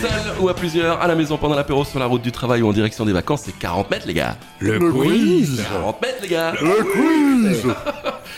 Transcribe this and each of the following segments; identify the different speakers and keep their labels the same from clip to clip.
Speaker 1: Seul ou à plusieurs, à la maison pendant l'apéro, sur la route du travail ou en direction des vacances, c'est 40 mètres, les gars.
Speaker 2: Le, quiz.
Speaker 1: 40 mètres, les gars.
Speaker 3: Le quiz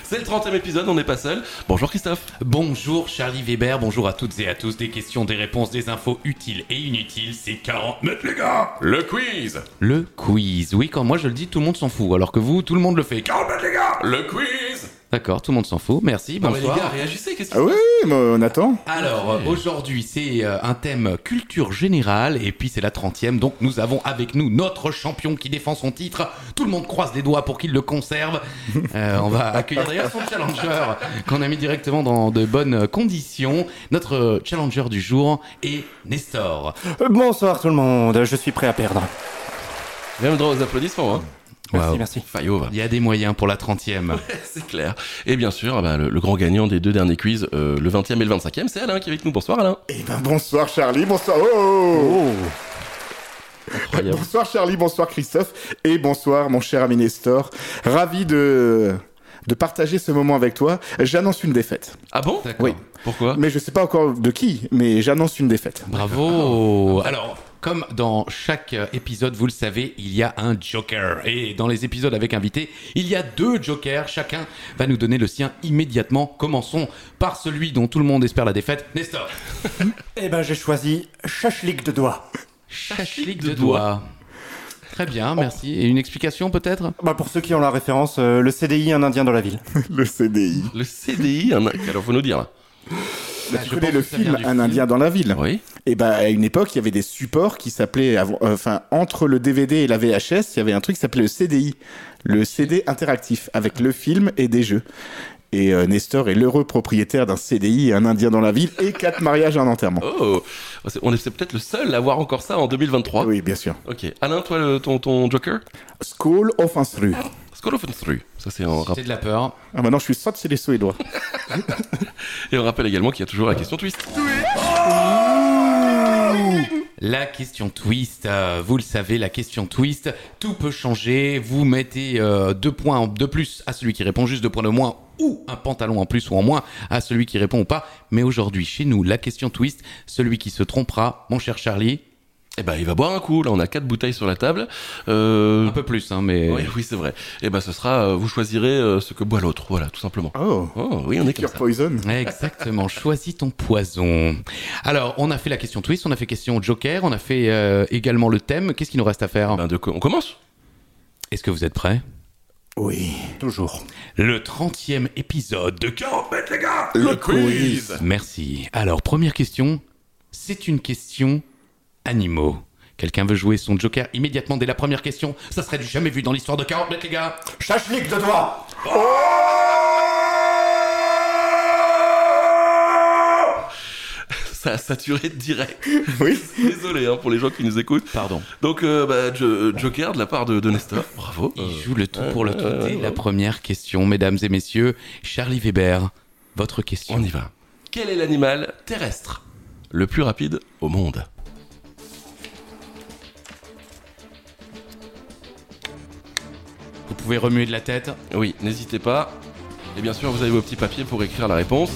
Speaker 1: C'est le 30 e épisode, on n'est pas seul. Bonjour Christophe.
Speaker 2: Bonjour Charlie Weber, bonjour à toutes et à tous. Des questions, des réponses, des infos utiles et inutiles, c'est 40 mètres les gars
Speaker 1: Le quiz.
Speaker 2: Le quiz, oui quand moi je le dis tout le monde s'en fout, alors que vous tout le monde le fait. 40 mètres les gars
Speaker 1: Le quiz.
Speaker 2: D'accord, tout le monde s'en fout, merci,
Speaker 1: Non, mais les
Speaker 2: bonsoir.
Speaker 1: gars, réagissez, qu'est-ce que
Speaker 3: Ah oui, mais on attend.
Speaker 2: Alors euh, aujourd'hui c'est euh, un thème culture générale et puis c'est la 30 e donc nous avons avec nous notre champion qui défend son titre. Tout le monde croise les doigts pour qu'il le conserve. Euh, on va accueillir d'ailleurs son challenger qu'on a mis directement dans de bonnes conditions. Notre euh, challenger du jour est Nestor.
Speaker 4: Euh, Bonsoir tout le monde, je suis prêt à perdre.
Speaker 1: Même droit aux applaudissements, hein.
Speaker 4: Merci,
Speaker 2: Wow.
Speaker 4: merci.
Speaker 1: Fayot, va.
Speaker 2: Il y a des moyens pour la 30 e
Speaker 1: C'est clair. Et bien sûr, ah bah, le, le grand gagnant des deux derniers quiz, euh, le 20 e et le 25 e c'est Alain qui est avec nous. Bonsoir Alain.
Speaker 3: Eh ben bonsoir Charlie, bonsoir. oh
Speaker 2: Oh.
Speaker 1: Incroyable.
Speaker 3: Bonsoir Charlie, bonsoir Christophe et bonsoir mon cher ami Nestor. Ravi de de partager ce moment avec toi. J'annonce une défaite.
Speaker 1: Ah bon
Speaker 2: D'accord.
Speaker 3: Oui.
Speaker 1: Pourquoi
Speaker 3: Mais je sais pas encore de qui, mais j'annonce une défaite.
Speaker 2: Bravo Alors, comme dans chaque euh, épisode, vous le savez, il y a un joker. Et dans les épisodes avec invités, il y a deux jokers. Chacun va nous donner le sien immédiatement. Commençons par celui dont tout le monde espère la défaite, Nestor.
Speaker 4: Eh ben j'ai choisi Chachlik de doigts.
Speaker 2: Chachlik
Speaker 1: de
Speaker 2: de doigts. Très bien, merci. Et une explication peut-être
Speaker 4: Bah pour ceux qui ont la référence, euh, le CDI un indien dans la ville.
Speaker 3: Le CDI.
Speaker 1: Le CDI, un... alors faut nous dire. là.
Speaker 2: Ah, je
Speaker 3: Bah, tu connais
Speaker 2: pense
Speaker 3: le
Speaker 2: que ça vient
Speaker 3: film
Speaker 2: du
Speaker 3: Un Indien dans la ville.
Speaker 1: Oui.
Speaker 3: Et ben à une époque, il y avait des supports qui s'appelaient avant- euh, enfin entre le DVD et la VHS, il y avait un truc qui s'appelait le CDI, le CD interactif avec le film et des jeux. Et euh, Nestor est l'heureux propriétaire d'un CDI, un Indien dans la ville et quatre mariages et un enterrement.
Speaker 1: Oh, c'est- on est c'est peut-être le seul à avoir encore ça en 2023.
Speaker 3: Oui, bien sûr.
Speaker 1: Ok. Alain, toi, le- ton, ton Joker
Speaker 3: School of Instru.
Speaker 1: Skull of Through. Ça, c'est en rappel.
Speaker 2: J'ai de la peur.
Speaker 3: Ah, maintenant, je suis soit c'est les Suédois.
Speaker 1: Et on rappelle également qu'il y a toujours la question twist.
Speaker 2: La question twist, euh, vous le savez, la question twist, tout peut changer. Vous mettez euh, deux points de plus à celui qui répond, juste deux points de moins, ou un pantalon en plus ou en moins à celui qui répond ou pas. Mais aujourd'hui, chez nous, la question twist, celui qui se trompera, mon cher Charlie,
Speaker 1: Eh ben, il va boire un coup. Là, on a quatre bouteilles sur la table. Euh,
Speaker 2: un peu plus, hein, mais
Speaker 1: Oui, oui, c'est vrai. Eh ben, ce sera, euh, vous choisirez euh, ce que boit l'autre. Voilà, tout simplement.
Speaker 3: Oh.
Speaker 1: Oh, oui, on est comme
Speaker 3: Cure
Speaker 1: ça.
Speaker 3: Poison.
Speaker 2: Exactement, choisis ton poison. Alors, on a fait la question twist, on a fait question joker, on a fait euh, également le thème. Qu'est-ce qu'il nous reste à faire
Speaker 1: Ben, de co- on commence
Speaker 2: Est-ce que vous êtes prêts
Speaker 3: Oui. Toujours.
Speaker 2: Le 30e épisode de 40 mètres, les gars
Speaker 3: Le quiz.
Speaker 2: Merci. Alors, première question, c'est une question animaux. Quelqu'un veut jouer son joker immédiatement dès la première question Ça serait du jamais vu dans l'histoire de 40 mètres, les gars
Speaker 4: Chachlik de doigts
Speaker 1: Ça a saturé direct.
Speaker 3: Oui.
Speaker 1: Désolé hein, pour les gens qui nous écoutent.
Speaker 2: Pardon.
Speaker 1: Donc, euh, bah, Jo- Joker de la part de, de Nestor. Bravo. Euh,
Speaker 2: Il joue le tout pour le tout dès la première question, mesdames et messieurs. Charlie Weber, votre question.
Speaker 1: On y va. Quel est l'animal terrestre le plus rapide au monde
Speaker 2: Vous pouvez remuer de la tête
Speaker 1: Oui, n'hésitez pas. Et bien sûr, vous avez vos petits papiers pour écrire la réponse.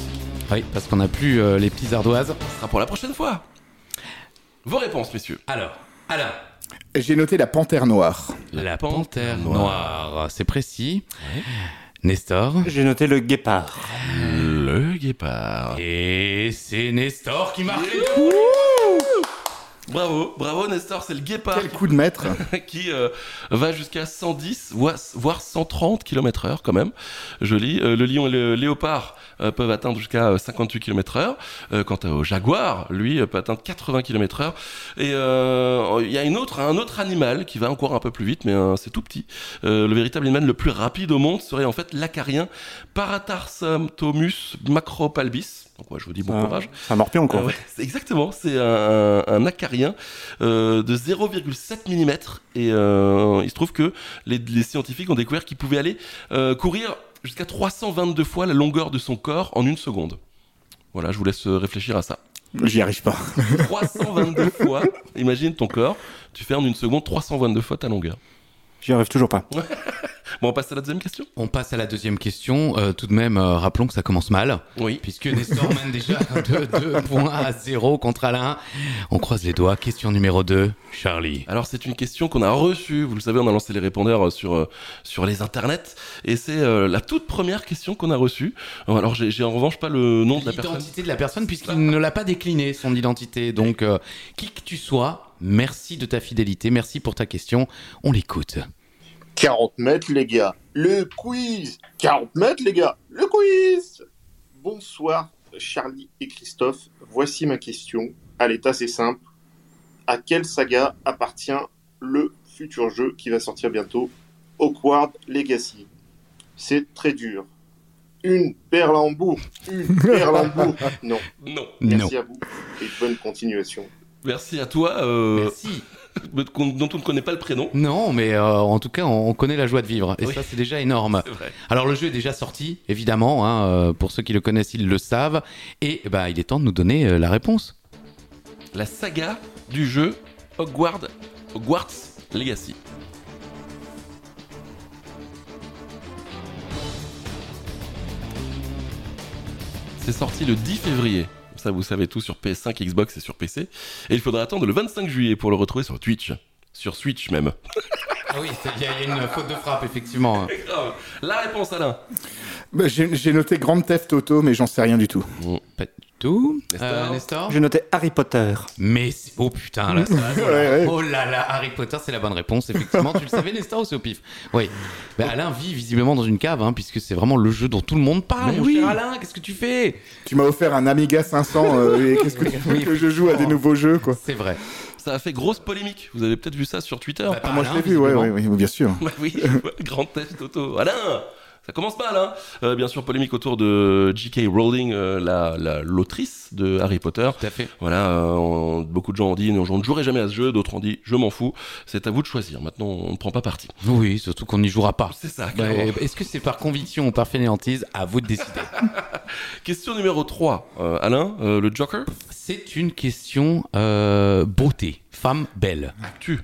Speaker 2: Oui, parce qu'on n'a plus euh, les petites ardoises.
Speaker 1: Ce sera pour la prochaine fois. Vos réponses, messieurs.
Speaker 2: Alors, Alain
Speaker 3: J'ai noté la panthère noire.
Speaker 2: La panthère noire, c'est précis. Nestor
Speaker 4: J'ai noté le guépard.
Speaker 1: Le guépard.
Speaker 2: Et c'est Nestor qui marque
Speaker 1: Bravo, bravo Nestor, c'est le guépard
Speaker 3: Quel coup de maître.
Speaker 1: qui euh, va jusqu'à 110, voire voire 130 km heure quand même. Joli. Euh, le lion et le léopard euh, peuvent atteindre jusqu'à euh, 58 km heure. Euh, quant au jaguar, lui, euh, peut atteindre 80 km heure. Et euh, il y a une autre, un autre animal qui va encore un peu plus vite, mais euh, c'est tout petit. Euh, le véritable animal le plus rapide au monde serait en fait l'acarien Paratarsomus macropalbis. Donc ouais, je vous dis bon
Speaker 4: Ah.
Speaker 1: courage.
Speaker 4: Un morpion quoi.
Speaker 1: Ah ouais, c'est exactement, c'est un, un acarien euh, de 0,7 mm et euh, il se trouve que les, les scientifiques ont découvert qu'il pouvait aller euh, courir jusqu'à 322 fois la longueur de son corps en une seconde. Voilà, je vous laisse euh, réfléchir à ça.
Speaker 3: J'y arrive pas.
Speaker 1: 322 fois, imagine ton corps, tu fais en une seconde 322 fois ta longueur.
Speaker 4: J'y arrive toujours pas.
Speaker 1: Bon, on passe à la deuxième question
Speaker 2: On passe à la deuxième question. Euh, tout de même, euh, rappelons que ça commence mal,
Speaker 1: Oui.
Speaker 2: puisque Nestor mène déjà de 2 points à 0 contre Alain. On croise les doigts. Question numéro 2, Charlie.
Speaker 1: Alors c'est une question qu'on a reçue, vous le savez, on a lancé les répondeurs euh, sur, euh, sur les internets, et c'est euh, la toute première question qu'on a reçue. Euh, Alors j'ai j'ai en revanche pas le nom de la personne.
Speaker 2: L'identité de la personne, puisqu'il ne l'a pas décliné, son identité. Donc, euh, qui que tu sois, merci de ta fidélité, merci pour ta question. On l'écoute.
Speaker 5: 40 mètres, les gars. Le quiz 40 mètres, les gars. Le quiz Bonsoir, Charlie et Christophe. Voici ma question. Elle est assez simple. À quelle saga appartient le futur jeu qui va sortir bientôt Awkward Legacy. C'est très dur. Une perle en bout. Une perle en bout. Non.
Speaker 1: Non.
Speaker 2: Non.
Speaker 5: Merci à vous et bonne continuation.
Speaker 1: Merci à toi, euh,
Speaker 2: Merci.
Speaker 1: qu'on- dont on ne connaît pas le prénom.
Speaker 2: Non, mais euh, en tout cas, on, on connaît la joie de vivre. Et
Speaker 1: Oui.
Speaker 2: ça, c'est déjà énorme.
Speaker 1: C'est vrai.
Speaker 2: Alors le jeu est déjà sorti, évidemment, hein, euh, pour ceux qui le connaissent, ils le savent, et bah, il est temps de nous donner euh, la réponse.
Speaker 1: La saga du jeu Hogwarts, Hogwarts Legacy. C'est sorti le 10 février. Ça, vous savez tout sur PS5, Xbox et sur PC. Et il faudra attendre le 25 juillet pour le retrouver sur Twitch. Sur Switch même.
Speaker 2: Ah oui, il y, a une faute de frappe, effectivement.
Speaker 1: La réponse, Alain.
Speaker 3: Bah, J'ai j'ai noté Grand Theft Auto, mais j'en sais rien du tout.
Speaker 2: Pas du tout.
Speaker 1: Nestor.
Speaker 2: Euh, Nestor
Speaker 4: J'ai noté Harry Potter.
Speaker 2: Mais c'est- oh putain, là, ça, voilà.
Speaker 3: Ouais, ouais.
Speaker 2: oh là là, Harry Potter, c'est la bonne réponse, effectivement. tu le savais, Nestor, ou c'est au pif Oui. Bah, Alain vit visiblement dans une cave, hein, puisque c'est vraiment le jeu dont tout le monde parle.
Speaker 1: Mais
Speaker 2: mon
Speaker 1: oui.
Speaker 2: cher Alain, qu'ce que tu fais
Speaker 3: Tu m'as offert un Amiga 500 euh, et qu'est-ce que tu veux que je joue à des nouveaux jeux quoi
Speaker 2: C'est vrai.
Speaker 1: Ça a fait grosse polémique. Vous avez peut-être vu ça sur Twitter.
Speaker 2: Bah, pas
Speaker 3: Ah, Moi je
Speaker 2: Alain,
Speaker 3: l'ai vu, ouais,
Speaker 2: visiblement.
Speaker 3: ouais, ouais, bien sûr.
Speaker 1: Bah oui, grand test auto. Alain ça commence mal, hein Euh, Bien sûr, polémique autour de J.K. Rowling, euh, la- la- l'autrice de Harry Potter.
Speaker 2: Tout à fait.
Speaker 1: Voilà, euh, on- beaucoup de gens ont dit non, je ne jouerai jamais à ce jeu, d'autres ont dit je m'en fous, c'est à vous de choisir. Maintenant, on ne prend pas parti.
Speaker 2: Oui, surtout qu'on n'y jouera pas.
Speaker 1: C'est ça.
Speaker 2: Bah,
Speaker 1: clairement.
Speaker 2: Est-ce que c'est par conviction ou par fainéantise À vous de décider.
Speaker 1: Question numéro 3, Alain, euh, le Joker
Speaker 2: C'est une question euh, beauté, femme belle,
Speaker 1: Actu.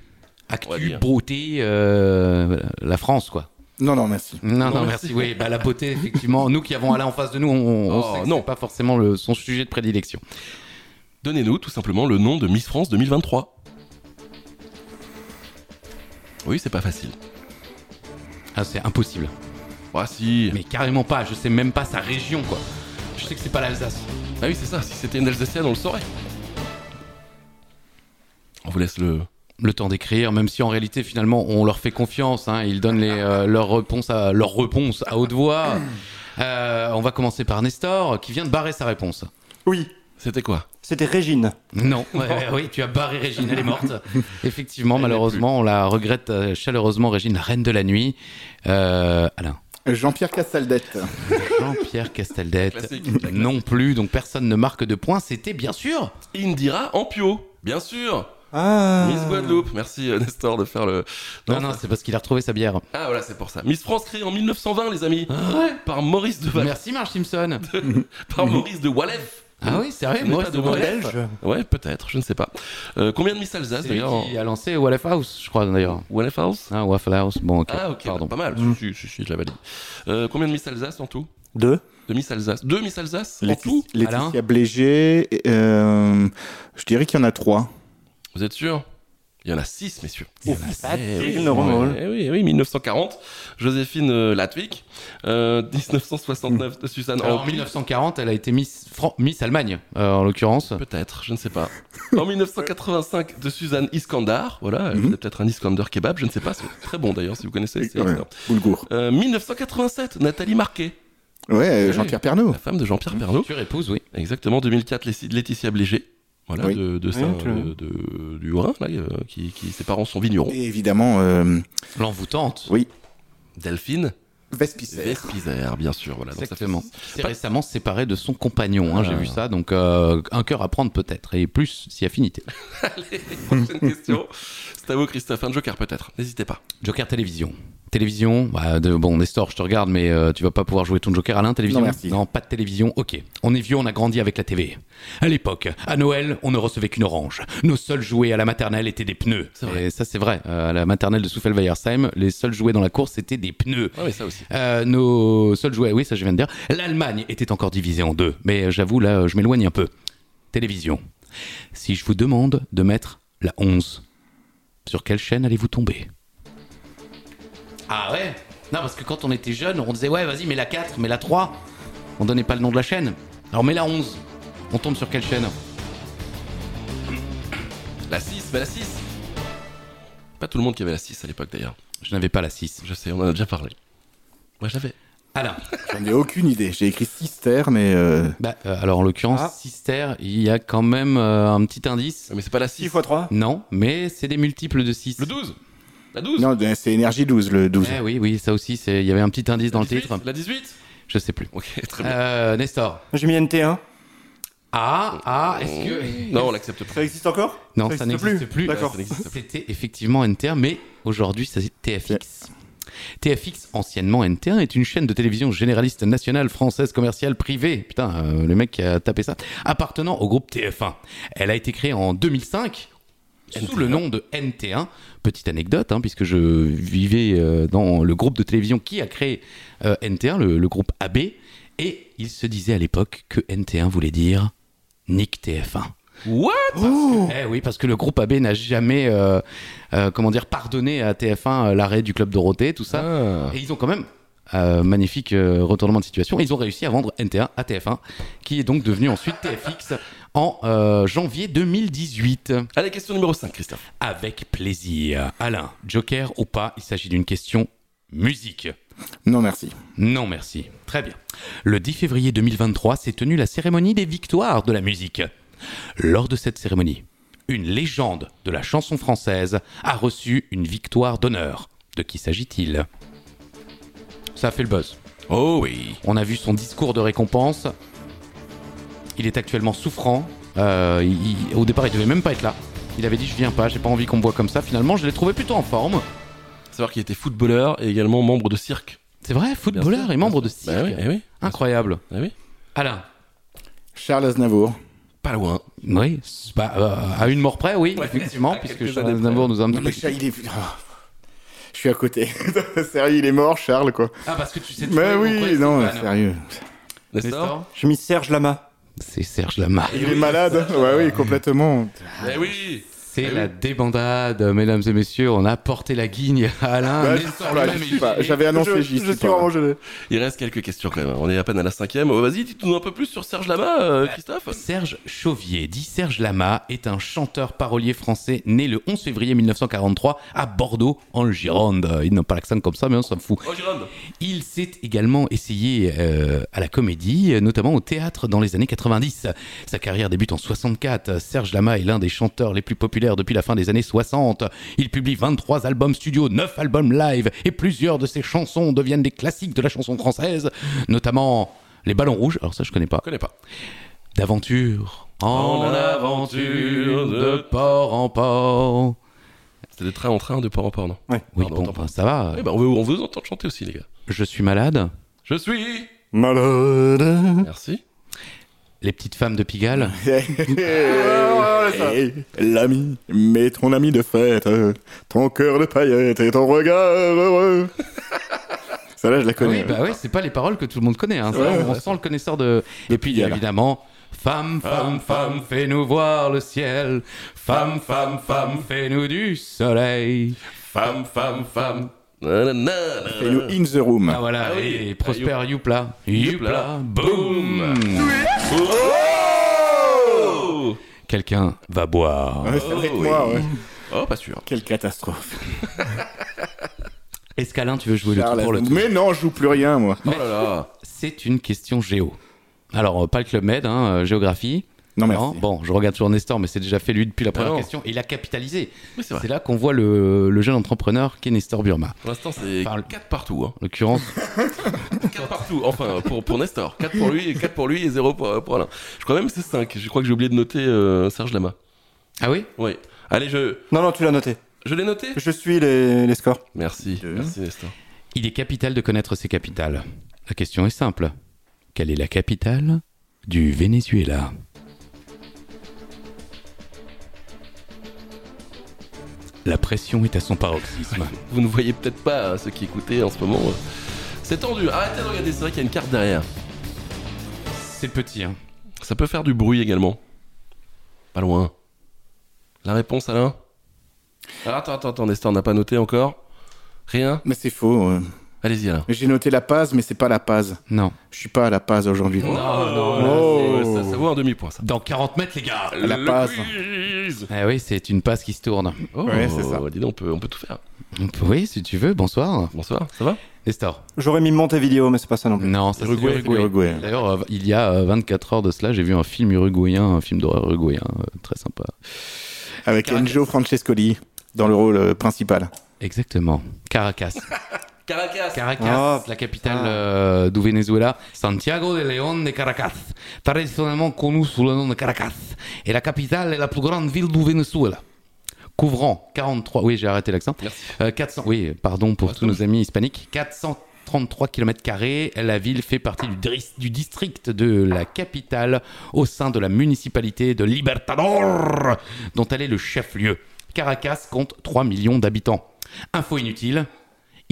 Speaker 1: On va
Speaker 2: actu,
Speaker 1: dire.
Speaker 2: beauté, euh, la France quoi.
Speaker 3: Non, non, merci.
Speaker 2: Non, non,
Speaker 1: Non,
Speaker 2: merci.
Speaker 1: merci.
Speaker 2: Oui, bah, la beauté effectivement. nous qui avons Alain en face de nous, on, on
Speaker 1: Oh,
Speaker 2: sait que
Speaker 1: non.
Speaker 2: c'est pas forcément le- son sujet de prédilection.
Speaker 1: Donnez-nous tout simplement le nom de Miss France 2023. Oui, c'est pas facile.
Speaker 2: Ah, c'est impossible.
Speaker 1: Ah si.
Speaker 2: Mais carrément pas. Je sais même pas sa région quoi. Je sais que c'est pas l'Alsace.
Speaker 1: Ah oui, c'est ça, si c'était une Alsacienne, on le saurait. On vous laisse le,
Speaker 2: Le temps d'écrire, même si en réalité finalement on leur fait confiance. hein, ils donnent les, euh, leurs réponses à leurs réponses à haute voix. Euh, on va commencer par Nestor qui vient de barrer sa réponse.
Speaker 4: Oui.
Speaker 1: C'était quoi
Speaker 4: C'était Régine.
Speaker 2: Non, ouais, ouais, oui, tu as barré Régine, elle est morte. Effectivement,
Speaker 1: Elle
Speaker 2: malheureusement, on la regrette euh, chaleureusement, Régine, la reine de la nuit. Euh, Alain,
Speaker 3: Jean-Pierre Cassaldette.
Speaker 2: Jean-Pierre Casteldette,
Speaker 1: Classique.
Speaker 2: non plus, donc personne ne marque de points. C'était bien sûr
Speaker 1: Indira Ampio, bien sûr.
Speaker 4: Ah.
Speaker 1: Miss Guadeloupe, merci euh, Nestor de faire le.
Speaker 2: Non, non, c'est parce qu'il a retrouvé sa bière.
Speaker 1: Ah voilà, c'est pour ça. Miss France créée en 1920, les amis,
Speaker 2: Ah,
Speaker 1: par Maurice de Val-
Speaker 2: Merci, Marge Simpson.
Speaker 1: par Maurice de Wallef.
Speaker 2: Ah oui, sérieux,
Speaker 1: n'est
Speaker 2: Maurice
Speaker 1: pas
Speaker 2: de
Speaker 1: de
Speaker 2: Wallef,
Speaker 1: Belge. Ouais, peut-être, je ne sais pas. Euh, combien de Miss Alsace
Speaker 2: C'est lui
Speaker 1: d'ailleurs en-
Speaker 2: qui a lancé Wallef House, je crois d'ailleurs.
Speaker 1: Wallef House
Speaker 2: Ah, Waffle House, bon, ok.
Speaker 1: Ah ok,
Speaker 2: pardon.
Speaker 1: pas mal. Si, si, si, je la valide. Euh, combien de Miss Alsace en tout
Speaker 4: Deux.
Speaker 1: De Miss Alsace Deux Miss Alsace en
Speaker 3: Laetitia,
Speaker 1: tout
Speaker 3: Laetitia Bléger. et, euh, je dirais qu'il y en a trois.
Speaker 1: Vous êtes sûr Il y en a six, messieurs.
Speaker 4: Il y en a six.
Speaker 1: Eh
Speaker 4: Il n'aura
Speaker 1: oui,
Speaker 4: pas.
Speaker 1: eh oui, eh oui, 1940, Joséphine euh, Latwig, euh, 1969, Suzanne
Speaker 2: Alors, en
Speaker 1: Ampli.
Speaker 2: 1940, elle a été Miss, Fran- Miss Allemagne, euh, en l'occurrence.
Speaker 1: Peut-être, je ne sais pas. En 1985, de Suzanne Iskandar. Voilà, elle
Speaker 3: Mhm.
Speaker 1: faisait peut-être un Iskander kebab, je ne sais pas. C'est très bon d'ailleurs, si vous connaissez. c'est
Speaker 3: Ouais,
Speaker 1: excellent.
Speaker 3: Boulgour.
Speaker 1: Euh, 1987, Nathalie Marquet,
Speaker 3: Ouais,
Speaker 1: Oui.
Speaker 3: Jean-Pierre Pernaut.
Speaker 1: la femme de Jean-Pierre Pernaut.
Speaker 2: Future épouse, oui.
Speaker 1: Exactement, 2004, Lé- Laetitia Bléger. Voilà,
Speaker 3: Oui.
Speaker 1: de, de,
Speaker 4: Oui,
Speaker 1: Saint-
Speaker 4: tu l'as.
Speaker 1: de- de- du Haut-Rhin, là, euh, qui, qui- ses parents sont vignerons.
Speaker 3: Et évidemment, euh,
Speaker 2: L'envoûtante.
Speaker 3: oui,
Speaker 1: Delphine
Speaker 3: Vespicer.
Speaker 1: Vespizer, bien sûr. Voilà, donc ça fait
Speaker 2: Exactement. C'est
Speaker 1: Pas-
Speaker 2: récemment séparé de son compagnon, hein, j'ai
Speaker 1: Ah.
Speaker 2: vu ça. Donc euh, un cœur à prendre peut-être, et plus si affinité.
Speaker 1: Prochaine question. C'est à vous, Christophe. Un joker, peut-être. N'hésitez pas.
Speaker 2: Joker Télévision. Télévision bah, de- Bon, Nestor, je te regarde, mais euh, tu vas pas pouvoir jouer ton Joker Alain, télévision
Speaker 3: Non, merci.
Speaker 2: pas de télévision, ok. On est vieux, on a grandi avec la TV. À l'époque, à Noël, on ne recevait qu'une orange. Nos seuls jouets à la maternelle étaient des pneus.
Speaker 1: C'est vrai.
Speaker 2: Et ça, c'est vrai. Euh, à la maternelle de Soufel-Weyersheim, les seuls jouets dans la course, c'était des pneus.
Speaker 1: Ouais, mais ça aussi.
Speaker 2: Euh, nos seuls jouets, oui, ça je viens de dire. L'Allemagne était encore divisée en deux, mais euh, j'avoue, là, je m'éloigne un peu. Télévision. Si je vous demande de mettre la 11, sur quelle chaîne allez-vous tomber Ah ouais Non, parce que quand on était jeune, on disait, ouais, vas-y, mets la 4, mets la 3. On donnait pas le nom de la chaîne. Alors, mets la 11. On tombe sur quelle chaîne
Speaker 1: La 6, mais la 6 Pas tout le monde qui avait la 6 à l'époque d'ailleurs.
Speaker 2: Je n'avais pas la 6.
Speaker 1: Je sais, on en a déjà parlé. Moi j'avais.
Speaker 2: Alain.
Speaker 3: J'en ai aucune idée. J'ai écrit Sister, mais euh,
Speaker 2: Bah, euh, alors, en l'occurrence,
Speaker 4: Ah.
Speaker 2: Sister, il y a quand même euh, un petit indice.
Speaker 1: Ah, Mais c'est pas la
Speaker 4: 6
Speaker 1: 6.
Speaker 4: x 3
Speaker 2: Non, mais c'est des multiples de 6.
Speaker 1: Le 12 La 12
Speaker 3: non, c'est énergie 12, le 12.
Speaker 2: Eh oui, oui, ça aussi, c'est- il y avait un petit indice dans le
Speaker 1: 18,
Speaker 2: titre.
Speaker 1: La 18
Speaker 2: Je sais plus.
Speaker 1: Ok, très bien.
Speaker 2: Euh, Nestor.
Speaker 4: J'ai mis NT1.
Speaker 2: Ah, ah, est-ce que.
Speaker 1: Oh. Non, on l'accepte pas.
Speaker 4: Ça existe encore
Speaker 2: Non, ça n'existe plus.
Speaker 4: D'accord.
Speaker 2: C'était effectivement NT1, mais aujourd'hui, ça c'est TFX. TFX, anciennement NT1, est une chaîne de télévision généraliste nationale française commerciale privée. Putain, euh, le mec qui a tapé ça. Appartenant au groupe TF1. Elle a été créée en 2005 sous le nom de NT1. Petite anecdote, hein, puisque je vivais euh, dans le groupe de télévision qui a créé euh, NT1, le, le groupe AB, et il se disait à l'époque que NT1 voulait dire Nick TF1.
Speaker 1: What
Speaker 2: Eh oui, parce que le groupe AB n'a jamais, euh, euh, comment dire, pardonné à TF1 euh, l'arrêt du club Dorothée, tout ça.
Speaker 1: Ah.
Speaker 2: Et ils ont quand même euh, magnifique euh, retournement de situation. Ils ont réussi à vendre NT1 à TF1, qui est donc devenu ensuite TFX en euh, janvier 2018.
Speaker 1: Allez, question numéro 5, Christophe.
Speaker 2: Avec plaisir. Alain, Joker ou pas, il s'agit d'une question musique.
Speaker 3: Non, merci.
Speaker 2: Non, merci. Très bien. Le 10 février 2023 s'est tenue la cérémonie des victoires de la musique. Lors de cette cérémonie, une légende de la chanson française a reçu une victoire d'honneur. De qui s'agit-il Ça a fait le buzz.
Speaker 1: Oh oui.
Speaker 2: On a vu son discours de récompense. Il est actuellement souffrant. Euh, il- il- au départ, il devait même pas être là. Il avait dit Je viens pas, j'ai pas envie qu'on me voit comme ça. Finalement, je l'ai trouvé plutôt en forme.
Speaker 1: Savoir qu'il était footballeur et également membre de cirque.
Speaker 2: C'est vrai,
Speaker 1: Bien
Speaker 2: footballeur
Speaker 1: sûr,
Speaker 2: et membre de
Speaker 1: Bah
Speaker 2: cirque.
Speaker 1: oui, eh oui.
Speaker 2: Incroyable.
Speaker 1: eh oui.
Speaker 2: Alain,
Speaker 3: Charles Aznavour.
Speaker 1: Pas loin.
Speaker 2: Oui, s- bah, euh, à une mort près, oui,
Speaker 1: Ouais,
Speaker 2: effectivement,
Speaker 1: à
Speaker 2: puisque
Speaker 1: quelques
Speaker 2: Charles
Speaker 1: années près.
Speaker 2: Aznavour nous a un
Speaker 3: Non, mais
Speaker 2: petit peu-
Speaker 3: Charles, il est. Oh. Je suis à côté. sérieux, il est mort, Charles, quoi.
Speaker 2: Ah, parce que tu sais
Speaker 3: Mais oui, non, sérieux.
Speaker 1: Nestor
Speaker 4: J'ai mis Serge Lama.
Speaker 2: C'est Serge Lama.
Speaker 3: Il est malade.
Speaker 2: Ah,
Speaker 3: Ouais, oui, complètement.
Speaker 1: Eh oui
Speaker 2: C'est
Speaker 3: Ah
Speaker 2: la débandade, mesdames et messieurs. On a porté la guigne à Alain.
Speaker 3: Bah,
Speaker 2: Nestor
Speaker 3: je- là,
Speaker 2: lui-même
Speaker 3: j'y
Speaker 2: est-
Speaker 3: suis pas. J'avais annoncé, j'y suis pas.
Speaker 4: gelé.
Speaker 1: Il reste quelques questions quand même. On est à peine à la cinquième. Oh, Vas-y, dites-nous un peu plus sur Serge Lama, euh, Christophe.
Speaker 2: Serge Chauvier, dit Serge Lama, est un chanteur parolier français né le 11 février 1943 à Bordeaux, en Gironde. Ils n'ont pas l'accent comme ça, mais on s'en fout.
Speaker 1: Oh, Gironde
Speaker 2: Il s'est également essayé euh, à la comédie, euh, notamment au théâtre dans les années 90. Sa carrière débute en 64. Serge Lama est l'un des chanteurs les plus populaires depuis la fin des années 60. Il publie 23 albums studio, 9 albums live et plusieurs de ses chansons deviennent des classiques de la chanson française, notamment Les Ballons Rouges, alors ça je connais pas.
Speaker 1: Je connais pas.
Speaker 2: D'aventure en
Speaker 1: En
Speaker 2: aventure, de
Speaker 1: aventure.
Speaker 2: port en port.
Speaker 1: C'est de train en train, de port en port, non
Speaker 2: Oui,
Speaker 1: Pardon,
Speaker 2: bon,
Speaker 1: t'en
Speaker 2: ben, ça va.
Speaker 1: Eh ben, on veut, on veut entendre chanter aussi, les gars.
Speaker 2: Je suis malade.
Speaker 1: Je suis
Speaker 4: Malade.
Speaker 1: Merci.
Speaker 2: Les petites femmes de Pigalle.
Speaker 3: Hey, L'ami, mais ton ami de fête, euh, ton cœur de paillettes et ton regard heureux. Ça là, je la
Speaker 2: Ah Oui,
Speaker 3: connais.
Speaker 2: bah oui, c'est pas les paroles que tout le monde connaît. hein. Ça,
Speaker 3: Ouais,
Speaker 2: on sent le connaisseur de. Et puis
Speaker 3: Pigalle.
Speaker 2: évidemment, femme, femme, femme, fais-nous voir le ciel. Femme, femme, femme, fais-nous du soleil.
Speaker 1: Femme, femme, femme. Nanana.
Speaker 3: Et nous, in the room.
Speaker 2: Ah voilà,
Speaker 1: Ah oui,
Speaker 2: et
Speaker 1: ah,
Speaker 2: Prosper Youpla. Youpla, boum
Speaker 1: Oh
Speaker 2: Quelqu'un va boire.
Speaker 3: Ouais, ça va être
Speaker 1: Oh,
Speaker 3: moi, ouais.
Speaker 1: Oh, pas sûr.
Speaker 3: Quelle catastrophe.
Speaker 2: Est-ce qu'Alain, tu veux jouer le
Speaker 3: Charles
Speaker 2: truc pour le
Speaker 3: Aznavour.
Speaker 2: truc
Speaker 3: mais non, je joue plus rien, moi.
Speaker 1: Oh là là.
Speaker 2: C'est une question géo. Alors, euh, pas le Club Med, hein, euh, géographie.
Speaker 3: Non, merci.
Speaker 2: Non, Bon, je regarde sur Nestor, mais c'est déjà fait lui depuis la première
Speaker 1: non. Bah.
Speaker 2: question. Il a capitalisé.
Speaker 1: Oui, c'est vrai.
Speaker 2: C'est là qu'on voit le, le jeune entrepreneur qui est Nestor Burma.
Speaker 1: Pour l'instant, c'est
Speaker 2: Parle.
Speaker 1: 4 partout. Hein.
Speaker 2: En l'occurrence,
Speaker 1: 4 partout. Enfin, pour, pour Nestor. 4 pour lui, 4 pour lui et 0 pour, pour Alain. Je crois même que c'est 5. Je crois que j'ai oublié de noter euh, Serge Lama.
Speaker 2: Ah oui
Speaker 1: Oui. Allez, je.
Speaker 4: Non, non, tu l'as noté.
Speaker 1: Je l'ai noté
Speaker 4: Je suis les, les scores.
Speaker 1: Merci.
Speaker 3: Deux.
Speaker 1: Merci, Nestor.
Speaker 2: Il est capital de connaître ses capitales. La question est simple. Quelle est la capitale du Venezuela La pression est à son paroxysme.
Speaker 1: Vous ne voyez peut-être pas hein, ceux qui écoutaient en ce moment. euh. C'est tendu. Arrêtez de regarder, c'est vrai qu'il y a une carte derrière.
Speaker 2: C'est petit, hein.
Speaker 1: Ça peut faire du bruit également. Pas loin. La réponse, Alain Alors, Attends, attends, attends, Nestor, on n'a pas noté encore. Rien
Speaker 3: Mais c'est faux. euh.
Speaker 1: Allez-y, Alain.
Speaker 3: J'ai noté la Paz, mais c'est pas la Paz.
Speaker 2: Non.
Speaker 3: Je suis pas à la Paz aujourd'hui.
Speaker 1: Non, non,
Speaker 3: Oh.
Speaker 1: là, c'est- ça, ça vaut un demi-point, ça.
Speaker 2: Dans 40 mètres, les gars
Speaker 3: La Paz.
Speaker 2: Ah oui, c'est une passe qui se tourne.
Speaker 1: Oh,
Speaker 3: Ouais, c'est ça.
Speaker 1: dis donc, on peut, on peut tout faire.
Speaker 2: Oui, si tu veux, bonsoir.
Speaker 1: Bonsoir, ça va
Speaker 2: Nestor.
Speaker 4: J'aurais mis Montevideo, mais c'est pas ça non plus.
Speaker 2: Non, ça c'est
Speaker 3: Uruguay, Uruguay.
Speaker 2: D'ailleurs, euh, il y a euh, 24 heures de cela, j'ai vu un film uruguayen, un film d'horreur uruguayen, euh, très sympa.
Speaker 3: Avec Enjo Francescoli dans le rôle euh, principal.
Speaker 2: Exactement. Caracas.
Speaker 1: Caracas
Speaker 2: Caracas,
Speaker 4: Oh,
Speaker 2: la capitale
Speaker 4: putain.
Speaker 2: euh, du Venezuela, Santiago de León de Caracas, traditionnellement connue sous le nom de Caracas, est la capitale et la plus grande ville du Venezuela. Couvrant 43, oui j'ai arrêté l'accent,
Speaker 1: Merci.
Speaker 2: Euh, 400, oui pardon pour tous nos amis hispaniques, 433 km, la ville fait partie du, dris- du district de la capitale au sein de la municipalité de Libertador, dont elle est le chef-lieu. Caracas compte 3 millions d'habitants. Info inutile,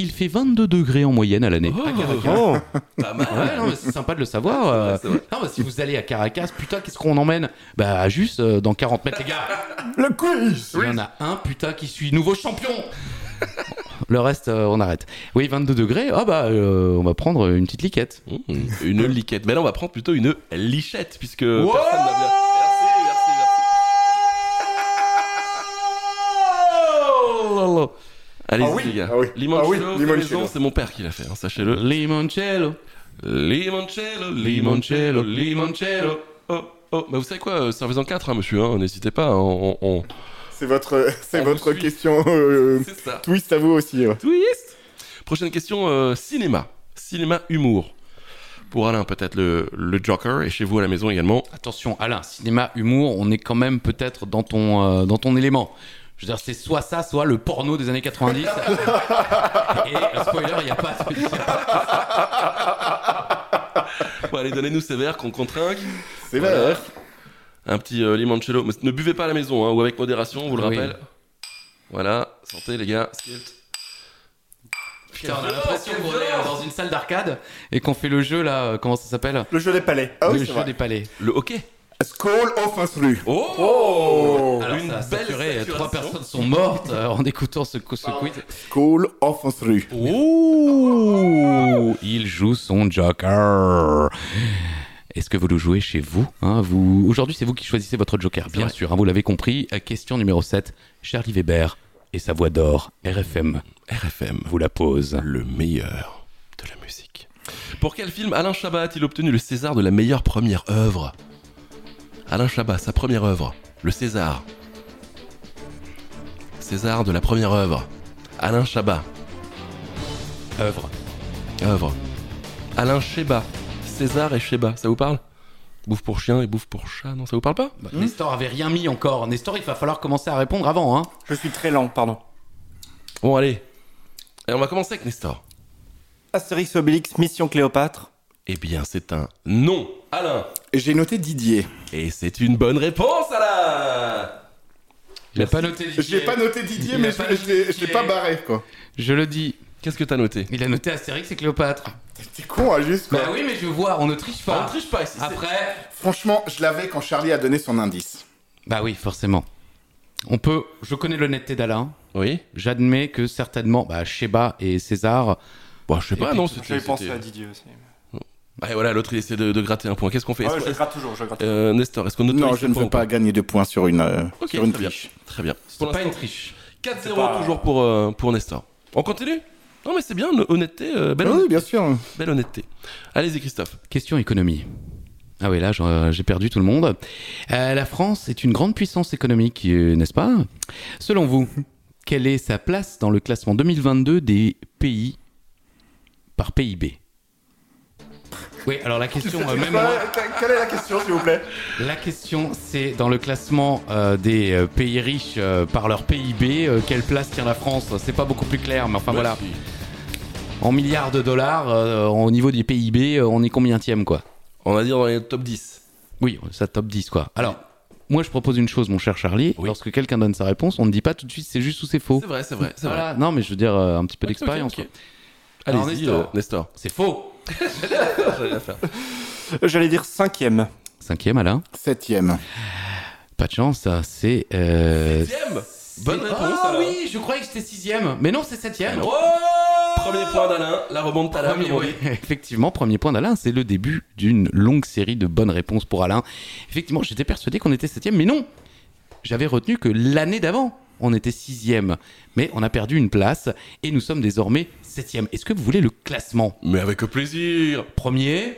Speaker 2: il fait 22 degrés en moyenne à l'année. À Ah, Caracas.
Speaker 4: Oh,
Speaker 1: Pas mal.
Speaker 2: Ouais, non, mais c'est sympa de le savoir. euh.
Speaker 1: C'est vrai,
Speaker 2: Non, mais si vous allez à Caracas, putain, qu'est-ce qu'on emmène Bah, juste euh, dans 40 mètres, les gars.
Speaker 4: le quiz
Speaker 2: Il y en a un, putain, qui suit nouveau champion. Le reste, euh, on arrête. Oui, 22 degrés. Ah bah, euh, on va prendre une petite liquette.
Speaker 1: Mmh, Une liquette. Mais là, on va prendre plutôt une lichette, puisque personne n'a bien. Merci, merci, merci. Allez-y,
Speaker 4: Ah oui,
Speaker 1: les gars.
Speaker 5: ah oui,
Speaker 1: Limoncello,
Speaker 5: ah oui,
Speaker 1: fait
Speaker 5: limoncello.
Speaker 1: maison, c'est mon père qui l'a fait, hein, sachez-le.
Speaker 2: Limoncello.
Speaker 1: Limoncello, limoncello, limoncello. Oh, oh. Bah, vous savez quoi, euh, servez en 4, monsieur, hein, n'hésitez pas. hein, on- on-
Speaker 3: C'est votre,
Speaker 2: Ah,
Speaker 1: On votre vous suit.
Speaker 3: question euh,
Speaker 1: on- C'est ça.
Speaker 3: twist à vous aussi.
Speaker 1: Twist Prochaine question, euh, cinéma. Cinéma humour. Pour Alain, peut-être le, le Joker, et chez vous à la maison également.
Speaker 2: Attention, Alain, cinéma, humour, on est quand même peut-être dans ton, euh, dans ton élément. Je veux dire, c'est soit ça, soit le porno des années 90. Et euh, spoiler, il n'y a pas.
Speaker 1: Bon, allez, donnez-nous ces verres qu'on contraingue.
Speaker 3: C'est
Speaker 2: hein.
Speaker 1: Voilà. Un petit euh, limoncello. Mais ne buvez pas à la maison, hein, ou avec modération, on vous le
Speaker 2: Oui.
Speaker 1: rappelle. Voilà, santé les gars. Skilt.
Speaker 2: Putain, on a l'impression qu'on est euh, dans une salle d'arcade et qu'on fait le jeu là, euh, comment ça s'appelle
Speaker 4: Le jeu des palais.
Speaker 3: Ah oui,
Speaker 2: Le
Speaker 3: c'est
Speaker 2: jeu
Speaker 3: vrai.
Speaker 2: des palais.
Speaker 1: Le hockey.
Speaker 3: Skull of Instru.
Speaker 1: Oh,
Speaker 3: Oh,
Speaker 2: Alors,
Speaker 1: Une
Speaker 2: ça a
Speaker 1: belle
Speaker 2: saturé, euh,
Speaker 1: saturation.
Speaker 2: trois personnes sont mortes euh, en écoutant ce, co- ce
Speaker 3: Ah
Speaker 2: quiz.
Speaker 3: Skull of Instru.
Speaker 2: Ouh, il joue son Joker. Est-ce que vous le jouez chez vous, hein, vous... Aujourd'hui, c'est vous qui choisissez votre Joker, bien
Speaker 1: vrai.
Speaker 2: sûr, hein, vous l'avez compris. Euh, Question numéro 7. Charlie Weber et sa voix d'or, RFM,
Speaker 1: RFM,
Speaker 2: vous la pose.
Speaker 1: le meilleur de la musique. Pour quel film Alain Chabat a-t-il obtenu le César de la meilleure première œuvre Alain Chabat, sa première œuvre. Le César. César de la première œuvre. Alain Chabat.
Speaker 2: Œuvre.
Speaker 1: œuvre. Alain Sheba. César et Sheba, ça vous parle Bouffe pour chien et bouffe pour chat, non, ça vous parle pas
Speaker 2: Bah, Nestor avait rien mis encore. Nestor, il va falloir commencer à répondre avant. Hein.
Speaker 4: Je suis très lent, pardon.
Speaker 1: Bon, allez. Et on va commencer avec Nestor.
Speaker 4: Astérix Obélix, Mission Cléopâtre.
Speaker 1: Eh bien, c'est un non, Alain.
Speaker 3: J'ai noté Didier.
Speaker 1: Et c'est une bonne réponse, Alain
Speaker 2: Il n'a pas noté. Didier.
Speaker 3: J'ai pas noté Didier,
Speaker 2: Il
Speaker 3: mais
Speaker 2: a
Speaker 3: je
Speaker 2: pas
Speaker 3: l'ai- je l'ai je
Speaker 2: noté
Speaker 3: l'ai pas
Speaker 2: Didier.
Speaker 3: barré, quoi.
Speaker 2: Je le dis.
Speaker 1: Qu'est-ce que t'as noté
Speaker 2: Il a noté Astérix et Cléopâtre.
Speaker 3: T'es con, hein, juste, quoi.
Speaker 2: Bah oui, mais je vois, on ne triche
Speaker 1: On
Speaker 2: pas.
Speaker 1: ne triche pas ici. c'est-
Speaker 2: Après,
Speaker 3: Franchement, je l'avais quand Charlie a donné son indice.
Speaker 2: Bah oui, forcément. On peut. Je connais l'honnêteté d'Alain.
Speaker 1: Oui
Speaker 2: J'admets que certainement, bah, Sheba et César.
Speaker 1: Bon, je sais
Speaker 2: Et
Speaker 1: pas,
Speaker 2: puis,
Speaker 1: non,
Speaker 2: tout-
Speaker 1: c'était...
Speaker 4: J'avais pensé
Speaker 1: c'était-
Speaker 4: à Didier aussi. Ah
Speaker 1: Ah, et voilà, l'autre, il essaie de, de gratter un point. Qu'est-ce qu'on fait
Speaker 4: Ouais,
Speaker 1: Est-ce qu'on-
Speaker 4: je gratte toujours, je gratte.
Speaker 1: Euh, Nestor, est-ce qu'on autorise
Speaker 3: Non, je
Speaker 1: ce
Speaker 3: ne
Speaker 1: point
Speaker 3: veux
Speaker 1: ou
Speaker 3: pas gagner de points sur une, euh,
Speaker 1: Ok,
Speaker 3: sur une
Speaker 1: très bien.
Speaker 3: triche.
Speaker 1: Très bien.
Speaker 2: C'est pas une triche.
Speaker 1: 4-0
Speaker 4: pas-
Speaker 1: toujours pour, euh, pour Nestor. On continue Non, mais c'est bien, honnêteté, euh, belle,
Speaker 3: Ah oui, bien sûr.
Speaker 1: Belle honnêteté. Allez-y, Christophe.
Speaker 2: Question économie. Ah oui, là, j'en- j'ai perdu tout le monde. Euh, la France est une grande puissance économique, euh, n'est-ce pas Selon vous, quelle est sa place dans le classement 2022 des pays par PIB Oui, alors la question, euh, même moi,
Speaker 3: hein.
Speaker 5: Quelle est la question, s'il vous plaît
Speaker 2: la question, c'est dans le classement euh, des euh, pays riches euh, par leur PIB, euh, quelle place tient la France C'est pas beaucoup plus clair, mais enfin voilà. En milliards de dollars, euh, au niveau du PIB, euh, on est combienième quoi
Speaker 1: On va dire dans les top 10.
Speaker 2: Oui, ça top 10 quoi. Alors, moi je propose une chose, mon cher Charlie.
Speaker 1: Oui.
Speaker 2: Lorsque quelqu'un donne sa réponse, on ne dit pas tout de suite c'est juste ou c'est faux.
Speaker 1: C'est vrai, c'est vrai, c'est vrai.
Speaker 2: Oh. Voilà, non mais je veux dire euh, un petit peu
Speaker 1: Ok,
Speaker 2: d'expérience.
Speaker 1: ok, ok.
Speaker 2: quoi. Alors,
Speaker 1: Allez-y, euh,
Speaker 2: Nestor.
Speaker 1: Nestor.
Speaker 2: C'est faux.
Speaker 4: Euh, J'allais dire cinquième.
Speaker 2: Cinquième Alain.
Speaker 3: Septième.
Speaker 2: Pas de chance, ça c'est. Euh...
Speaker 1: Sixième
Speaker 2: c'est-
Speaker 1: Bonne réponse,
Speaker 2: Ah
Speaker 1: alors.
Speaker 2: oui, je croyais que c'était sixième, mais non c'est septième.
Speaker 1: Oh Premier point d'Alain, la remonte à la
Speaker 2: Premier, oui. Effectivement, premier point d'Alain, c'est le début d'une longue série de bonnes réponses pour Alain. Effectivement, j'étais persuadé qu'on était septième, mais non J'avais retenu que l'année d'avant, on était sixième. Mais on a perdu une place et nous sommes désormais septième. Est-ce que vous voulez le classement
Speaker 1: Mais avec plaisir
Speaker 2: Premier,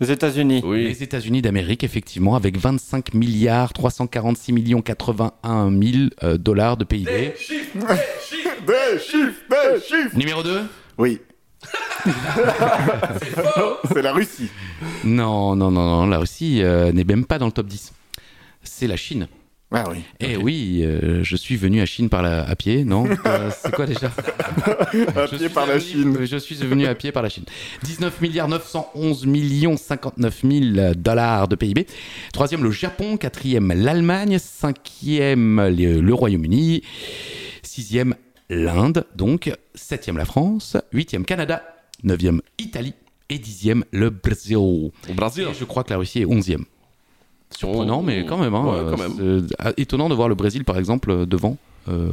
Speaker 4: Les
Speaker 2: Oh.
Speaker 4: États-Unis.
Speaker 1: Oui.
Speaker 2: les États-Unis d'Amérique, effectivement, avec 25 milliards 346 millions 81 000 euh, dollars de PIB.
Speaker 1: chiffres
Speaker 3: Des chiffres, des chiffres.
Speaker 2: Numéro 2
Speaker 3: Oui. C'est la Russie.
Speaker 2: Non, non, non, non, là aussi, euh, n'est même pas dans le top 10. C'est la Chine.
Speaker 3: Ah oui.
Speaker 2: Eh oui, euh, je suis venu à Chine par la, à pied, non Euh, C'est quoi déjà
Speaker 3: À
Speaker 2: Je
Speaker 3: pied
Speaker 2: suis
Speaker 3: par la
Speaker 2: venu-
Speaker 3: Chine.
Speaker 2: Je suis venu à pied par la Chine. 19 milliards 911 millions 59 000 dollars de PIB. Troisième, le Japon. Quatrième, l'Allemagne. Cinquième, le, le Royaume-Uni. Sixième, l'Inde. Donc, septième, la France. Huitième, Canada. Neuvième, Italie. Et dixième, le Brésil.
Speaker 1: Au Brésil
Speaker 2: Et je crois que la Russie est onzième. Surprenant,
Speaker 1: Oh.
Speaker 2: mais quand même. hein,
Speaker 1: Ouais, quand
Speaker 2: euh,
Speaker 1: même.
Speaker 2: c'est, euh, étonnant de voir le Brésil, par exemple, euh, devant euh,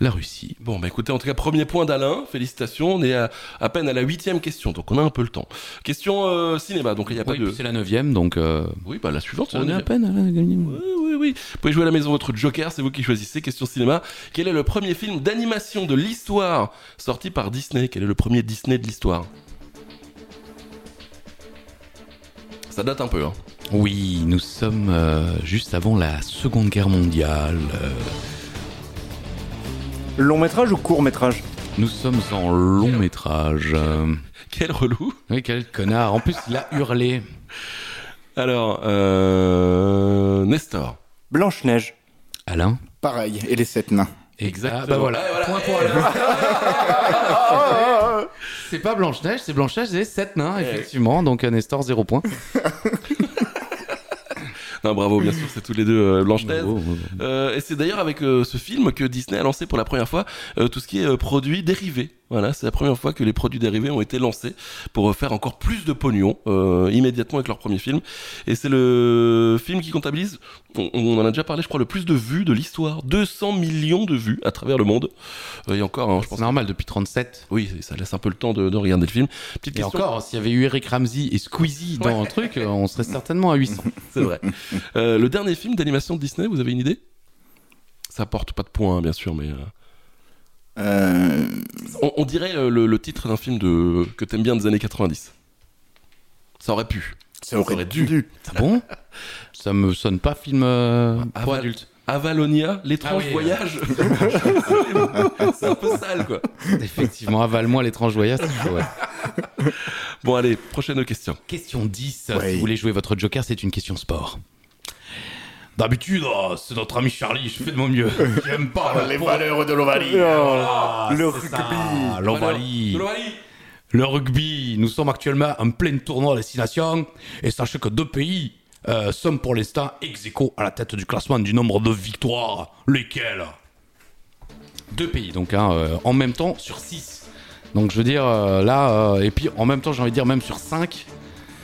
Speaker 2: la Russie.
Speaker 1: Bon, bah écoutez, en tout cas, premier point d'Alain, félicitations. On est à, à peine à la huitième question, donc on a un peu le temps. Question euh, cinéma, donc il n'y a pas
Speaker 2: Oui,
Speaker 1: de.
Speaker 2: puis c'est la neuvième, donc euh,
Speaker 1: Oui, bah la suivante, c'est la
Speaker 2: on est à
Speaker 1: neuvième.
Speaker 2: peine à la neuvième.
Speaker 1: Oui, oui, oui. Vous pouvez jouer à la maison votre Joker, c'est vous qui choisissez. Question cinéma. Quel est le premier film d'animation de l'histoire sorti par Disney Quel est le premier Disney de l'histoire Ça date un peu, hein.
Speaker 2: Oui, nous sommes euh, juste avant la Seconde Guerre mondiale. euh,
Speaker 4: Long métrage ou court métrage
Speaker 2: nous sommes en long métrage. euh.
Speaker 1: Quel relou
Speaker 2: oui, quel connard. En plus, il a hurlé.
Speaker 1: Alors, euh... Nestor.
Speaker 4: Blanche-Neige.
Speaker 2: Alain
Speaker 3: Pareil. Et les sept nains.
Speaker 1: Exactement.
Speaker 2: Ah, bah voilà.
Speaker 1: Ouais, voilà.
Speaker 2: Point pour Alain. c'est pas Blanche-Neige, c'est Blanche-Neige et 7 nains, effectivement. Donc, euh, Nestor, 0 point.
Speaker 1: Non, bravo, bien sûr, c'est tous les deux euh, Blanche-Neige.
Speaker 2: Bravo.
Speaker 1: Euh, et c'est d'ailleurs avec euh, ce film que Disney a lancé pour la première fois euh, tout ce qui est euh, produits dérivés. Voilà, c'est la première fois que les produits dérivés ont été lancés pour euh, faire encore plus de pognon euh, immédiatement avec leur premier film. Et c'est le film qui comptabilise, on, on en a déjà parlé, je crois, le plus de vues de l'histoire. 200 millions de vues à travers le monde. Euh, et encore, hein, je
Speaker 2: C'est
Speaker 1: pense.
Speaker 2: normal, depuis 37.
Speaker 1: Oui, ça laisse un peu le temps de, de regarder le film. Petite
Speaker 2: Et
Speaker 1: question.
Speaker 2: encore, s'il y avait eu Eric Ramsey et Squeezie dans un truc, euh, on serait certainement à 800.
Speaker 1: C'est vrai. Euh, le dernier film d'animation de Disney, vous avez une idée Ça porte pas de points, hein, bien sûr, mais. euh,
Speaker 3: Euh,
Speaker 1: On, on dirait euh, le, le titre d'un film de, que t'aimes bien des années 90. Ça aurait pu.
Speaker 3: ça aurait,
Speaker 1: aurait
Speaker 3: dû.
Speaker 2: Ah bon Ça me sonne pas film euh,
Speaker 1: Ah,
Speaker 2: pour
Speaker 1: bah-
Speaker 2: adulte.
Speaker 1: Avalonia, l'étrange
Speaker 2: Ah oui.
Speaker 1: voyage. c'est un peu sale, quoi.
Speaker 2: Effectivement, avale-moi l'étrange voyage. c'est chaud, ouais.
Speaker 1: Bon, allez, prochaine question.
Speaker 2: Question 10.
Speaker 3: Ouais.
Speaker 2: Si vous voulez jouer votre Joker, c'est une question sport. D'habitude, oh, c'est notre ami Charlie, je fais de mon mieux. J'aime pas les valeurs de l'Ovalie.
Speaker 4: Euh,
Speaker 2: le rugby. L'Ovalie.
Speaker 1: L'Ovalie.
Speaker 2: Le rugby, nous sommes actuellement en plein tournoi des Six Nations et sachez que deux pays euh, sont pour l'instant ex aequo à la tête du classement du nombre de victoires. Lesquels Deux pays, donc hein, euh, en même temps sur six. Donc je veux dire euh, là, euh, et puis en même temps j'ai envie de dire même sur cinq.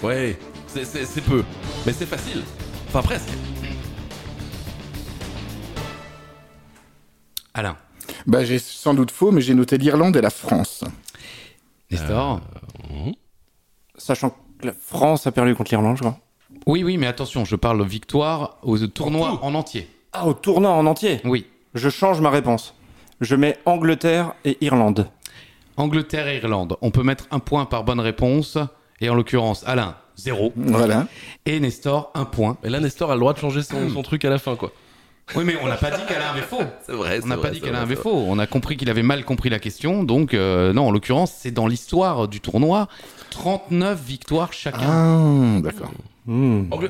Speaker 1: Ouais, c'est- c'est c'est peu. Mais c'est facile. Enfin, presque.
Speaker 2: Alain,
Speaker 3: Bah, j'ai sans doute faux, mais j'ai noté l'Irlande et la France.
Speaker 2: Nestor
Speaker 4: Sachant que la France a perdu contre l'Irlande, je crois.
Speaker 2: Oui, oui, mais attention, je parle victoire aux tournois en entier.
Speaker 4: Ah, au tournant en entier
Speaker 2: Oui.
Speaker 4: Je change ma réponse. Je mets Angleterre et Irlande.
Speaker 2: Angleterre et Irlande, on peut mettre un point par bonne réponse et en l'occurrence Alain, zéro.
Speaker 3: Voilà.
Speaker 2: Et Nestor, un point.
Speaker 1: Mais là, Nestor a le droit de changer son, son truc à la fin, quoi.
Speaker 2: Oui, mais on n'a pas dit qu'Alain avait faux.
Speaker 1: C'est vrai.
Speaker 2: On n'a pas dit qu'Alain avait faux. On a compris qu'il avait mal compris la question. Donc, euh, non, en l'occurrence, c'est dans l'histoire du tournoi 39 victoires chacun.
Speaker 3: Ah, d'accord.
Speaker 4: Hmm.
Speaker 1: Ah.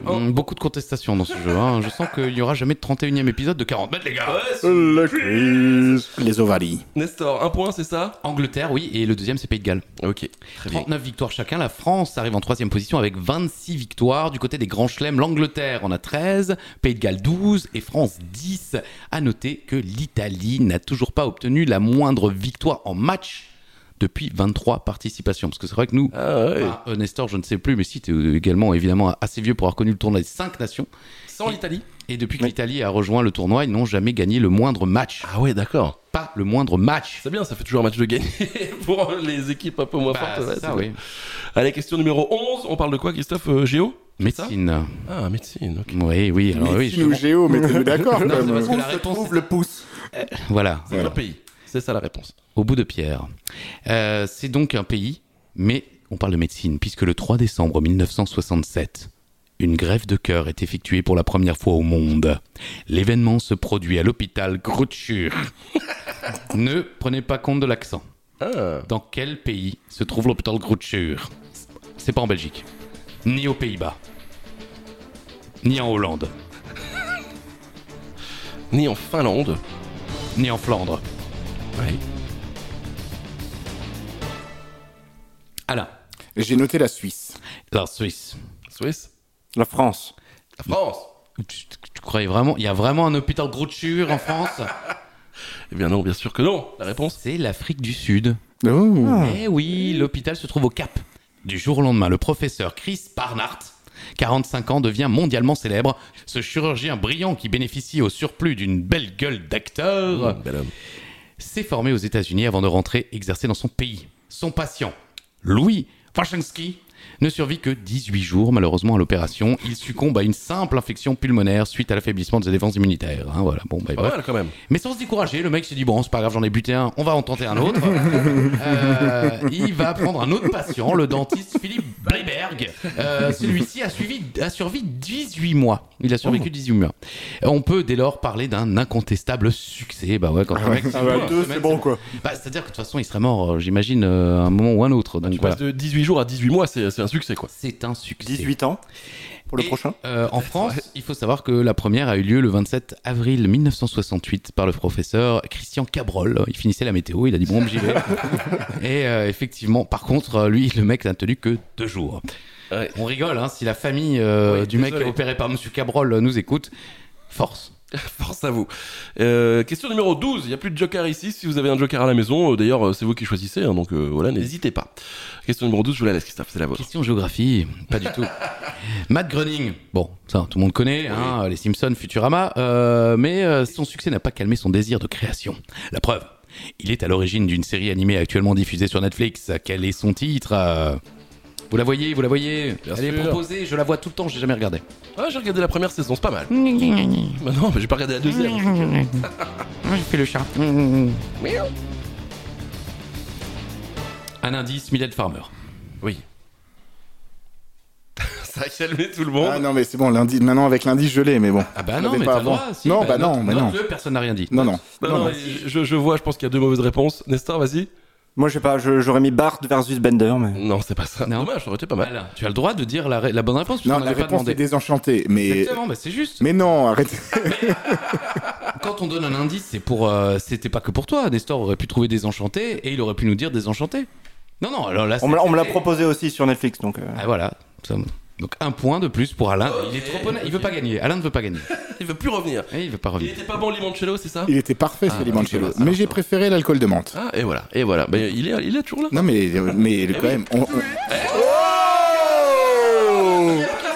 Speaker 1: Oh,
Speaker 2: Mm, Beaucoup de contestations dans ce jeu. hein. Je sens qu'il n'y aura jamais de 31e épisode de 40
Speaker 1: Bah,
Speaker 2: mètres, les
Speaker 1: oh,
Speaker 2: gars.
Speaker 1: Mmh.
Speaker 3: Le quiz. Les ovaries.
Speaker 1: Nestor, un point, c'est ça
Speaker 2: Angleterre, oui, et le deuxième, c'est Pays de Galles.
Speaker 1: Ok, très bien.
Speaker 2: 39 victoires chacun. La France arrive en troisième position avec 26 victoires. Du côté des grands chelems, l'Angleterre en a 13, Pays de Galles 12 et France 10. À noter que l'Italie n'a toujours pas obtenu la moindre victoire en match depuis 23 participations. Parce que c'est vrai que nous,
Speaker 1: Ah ouais.
Speaker 2: enfin, euh, Nestor, je ne sais plus, mais si, tu es également évidemment assez vieux pour avoir connu le tournoi des 5 nations.
Speaker 1: Sans l'Italie
Speaker 2: Et depuis que
Speaker 3: Oui.
Speaker 2: l'Italie a rejoint le tournoi, ils n'ont jamais gagné le moindre match.
Speaker 1: Ah ouais, d'accord.
Speaker 2: Pas le moindre match.
Speaker 1: C'est bien, ça fait toujours un match de gagné pour les équipes un peu moins
Speaker 2: Bah,
Speaker 1: fortes. ouais,
Speaker 2: c'est ça,
Speaker 1: c'est
Speaker 2: oui.
Speaker 1: bien. Allez, question numéro 11. On parle de quoi, Christophe Euh, Géo
Speaker 2: Médecine.
Speaker 1: Ah, médecine, ok.
Speaker 2: Oui, oui. Alors, Ah oui
Speaker 3: Médecine ou
Speaker 2: justement.
Speaker 3: géo, mettez-vous d'accord.
Speaker 2: Non,
Speaker 3: quand
Speaker 2: c'est
Speaker 3: même.
Speaker 2: parce que
Speaker 4: Où
Speaker 2: la
Speaker 4: se
Speaker 2: réponse,
Speaker 4: trouve le pouce
Speaker 2: voilà.
Speaker 1: C'est un pays. C'est ça la réponse.
Speaker 2: Au bout de pierre. Euh, c'est donc un pays, mais on parle de médecine, puisque le 3 décembre 1967, une greffe de cœur est effectuée pour la première fois au monde. L'événement se produit à l'hôpital Grutschur. ne prenez pas compte de l'accent.
Speaker 1: Ah,
Speaker 2: Dans quel pays se trouve l'hôpital Grutschur C'est pas en Belgique, ni aux Pays-Bas, ni en Hollande,
Speaker 1: ni en Finlande.
Speaker 2: ni en Flandre.
Speaker 1: Ouais.
Speaker 2: Alain,
Speaker 3: J'ai noté la Suisse.
Speaker 2: la Suisse.
Speaker 1: Suisse
Speaker 4: La France.
Speaker 1: La France
Speaker 2: Tu, tu croyais vraiment Il y a vraiment un hôpital Grutschur en France
Speaker 1: Eh bien non, bien sûr que non. La réponse
Speaker 2: C'est l'Afrique du Sud.
Speaker 3: Oh.
Speaker 4: Ah,
Speaker 2: Eh oui, l'hôpital se trouve au Cap. Du jour au lendemain, le professeur Chris Barnard, 45 ans, devient mondialement célèbre. Ce chirurgien brillant qui bénéficie au surplus d'une belle gueule d'acteur
Speaker 1: Mmh, bel homme.
Speaker 2: s'est formé aux États-Unis avant de rentrer exercer dans son pays. Son patient, Louis Wachinski, ne survit que 18 jours malheureusement à l'opération. Il succombe à une simple infection pulmonaire suite à l'affaiblissement de ses défenses immunitaires. Hein, voilà. bon, bah,
Speaker 1: Pas
Speaker 2: bref.
Speaker 1: mal quand même.
Speaker 2: Mais sans se décourager, le mec s'est dit bon, c'est pas grave, j'en ai buté un, on va en tenter un autre. Euh, il va prendre un autre patient, le dentiste Philippe Bleiberg. Euh, Celui-ci a, suivi- a survécu 18 mois. Il a survécu 18 mois. On peut dès lors parler d'un incontestable succès. Bah ouais, quand le mec.
Speaker 4: Ah bah,
Speaker 2: Ouais,
Speaker 4: deux,
Speaker 2: semaine,
Speaker 4: c'est bon, quoi.
Speaker 2: Bah, C'est-à-dire que de toute façon, il serait mort, euh, j'imagine, euh, à un moment ou un autre. Donc
Speaker 1: Tu
Speaker 2: voilà.
Speaker 1: passes de 18 jours à 18 mois, c'est c'est un succès quoi.
Speaker 2: C'est un succès.
Speaker 4: 18 ans pour le
Speaker 2: Et,
Speaker 4: prochain.
Speaker 2: euh, En France, il faut savoir que la première a eu lieu le 27 avril 1968 par le professeur Christian Cabrol. Il finissait la météo, il a dit bon, j'y vais. Et euh, effectivement, par contre, euh, lui, le mec n'a tenu que deux jours.
Speaker 1: Ouais.
Speaker 2: On rigole, hein, si la famille euh,
Speaker 1: Oui,
Speaker 2: du mec
Speaker 1: désolé.
Speaker 2: opéré par Monsieur Cabrol euh, nous écoute, force.
Speaker 1: Force à vous. Euh, question numéro 12. Il n'y a plus de joker ici. Si vous avez un joker à la maison, euh, d'ailleurs, euh, c'est vous qui choisissez. hein, donc euh, voilà, n'hésitez pas. Question numéro 12, je vous la laisse, Christophe, c'est la vôtre.
Speaker 2: Question géographie, pas du tout. Matt Groening, bon, ça tout le monde connaît, hein, les Simpsons, Futurama, euh, mais euh, son succès n'a pas calmé son désir de création. La preuve, il est à l'origine d'une série animée actuellement diffusée sur Netflix. Quel est son titre euh Vous la voyez, vous la voyez
Speaker 1: Bien
Speaker 2: Elle est
Speaker 1: sûr.
Speaker 2: proposée, je la vois tout le temps, j'ai jamais regardé.
Speaker 1: Ah, j'ai regardé la première saison, c'est pas mal. Mmh. Bah non, mais j'ai pas regardé la deuxième.
Speaker 2: J'ai fait le chat. Un indice, Millet Farmer.
Speaker 1: Oui. Ça a calmé tout le monde.
Speaker 3: Ah non, mais c'est bon, lundi, maintenant avec lundi, je l'ai, mais bon.
Speaker 2: Ah bah
Speaker 3: Je
Speaker 2: non,
Speaker 3: l'avais
Speaker 2: mais
Speaker 3: pas
Speaker 2: t'as le
Speaker 3: avant.
Speaker 2: droit, si,
Speaker 3: Non, bah non,
Speaker 2: note-
Speaker 3: mais non.
Speaker 2: note-le, personne n'a rien dit.
Speaker 3: Non, non.
Speaker 1: Bah
Speaker 3: non,
Speaker 1: non,
Speaker 3: non.
Speaker 1: je, je vois, je pense qu'il y a deux mauvaises réponses. Nestor, vas-y.
Speaker 4: Moi, je sais pas, je- j'aurais mis Bart versus Bender, mais.
Speaker 1: Non, c'est pas ça.
Speaker 2: Non.
Speaker 1: Dommage, ça aurait été pas mal.
Speaker 2: Alain, tu as le droit de dire la, ré- la bonne réponse, parce
Speaker 3: Non,
Speaker 2: qu'on
Speaker 3: la
Speaker 2: l'avait pas
Speaker 3: réponse
Speaker 2: demandé.
Speaker 3: est désenchantée, mais.
Speaker 2: Exactement, bah c'est juste.
Speaker 3: Mais non, arrêtez.
Speaker 2: Quand on donne un indice, c'est pour, euh, c'était pas que pour toi. Nestor aurait pu trouver désenchanté et il aurait pu nous dire désenchanté. Non, non, alors là,
Speaker 4: On me l'a- on me l'a
Speaker 2: c'était-
Speaker 4: proposé aussi sur Netflix, donc. euh,
Speaker 2: Ah, voilà. Ça- Donc un point de plus pour Alain. Il est trop honnête, il veut pas gagner. Alain ne veut pas gagner.
Speaker 1: Il veut plus revenir.
Speaker 2: Et il veut pas
Speaker 1: Il
Speaker 2: revenir.
Speaker 1: était pas bon, Limoncello, c'est ça
Speaker 3: Il était parfait,
Speaker 2: Ah,
Speaker 3: ce
Speaker 2: bah,
Speaker 3: limoncello.
Speaker 2: ça va, ça
Speaker 3: Mais
Speaker 2: va,
Speaker 3: j'ai
Speaker 2: ça va.
Speaker 3: préféré l'alcool de menthe.
Speaker 1: Ah, et voilà, et voilà. Ben, il, est, il est toujours là.
Speaker 3: Non, mais, mais quand même. on- on-
Speaker 1: Oh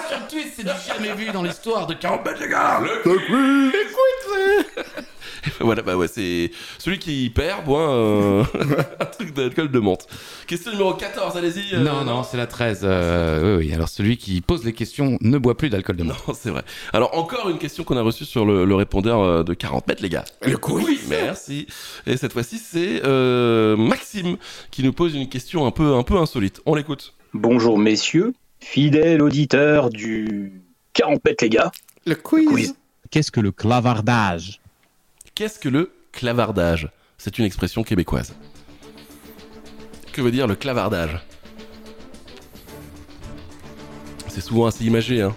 Speaker 2: Sur Twitch, c'est du jamais vu dans l'histoire de Caron.
Speaker 1: Voilà, bah ouais, c'est celui qui perd boit euh, un truc d'alcool de menthe. Question numéro 14, allez-y. euh,
Speaker 2: Non, non, c'est la 13. euh, oui, oui. Alors celui qui pose les questions ne boit plus d'alcool de
Speaker 1: Non,
Speaker 2: menthe.
Speaker 1: c'est vrai. Alors, encore une question qu'on a reçue sur le, le répondeur euh, de 40 mètres, les gars.
Speaker 3: Le quiz.
Speaker 1: Merci. Et cette fois-ci, c'est euh, Maxime qui nous pose une question un peu, un peu insolite. On l'écoute.
Speaker 6: Bonjour messieurs, fidèles auditeurs du 40 les gars.
Speaker 3: Le quiz.
Speaker 6: Quiz. Qu'est-ce que le clavardage
Speaker 1: Qu'est-ce que le clavardage C'est une expression québécoise. Que veut dire le clavardage C'est souvent assez imagé, hein.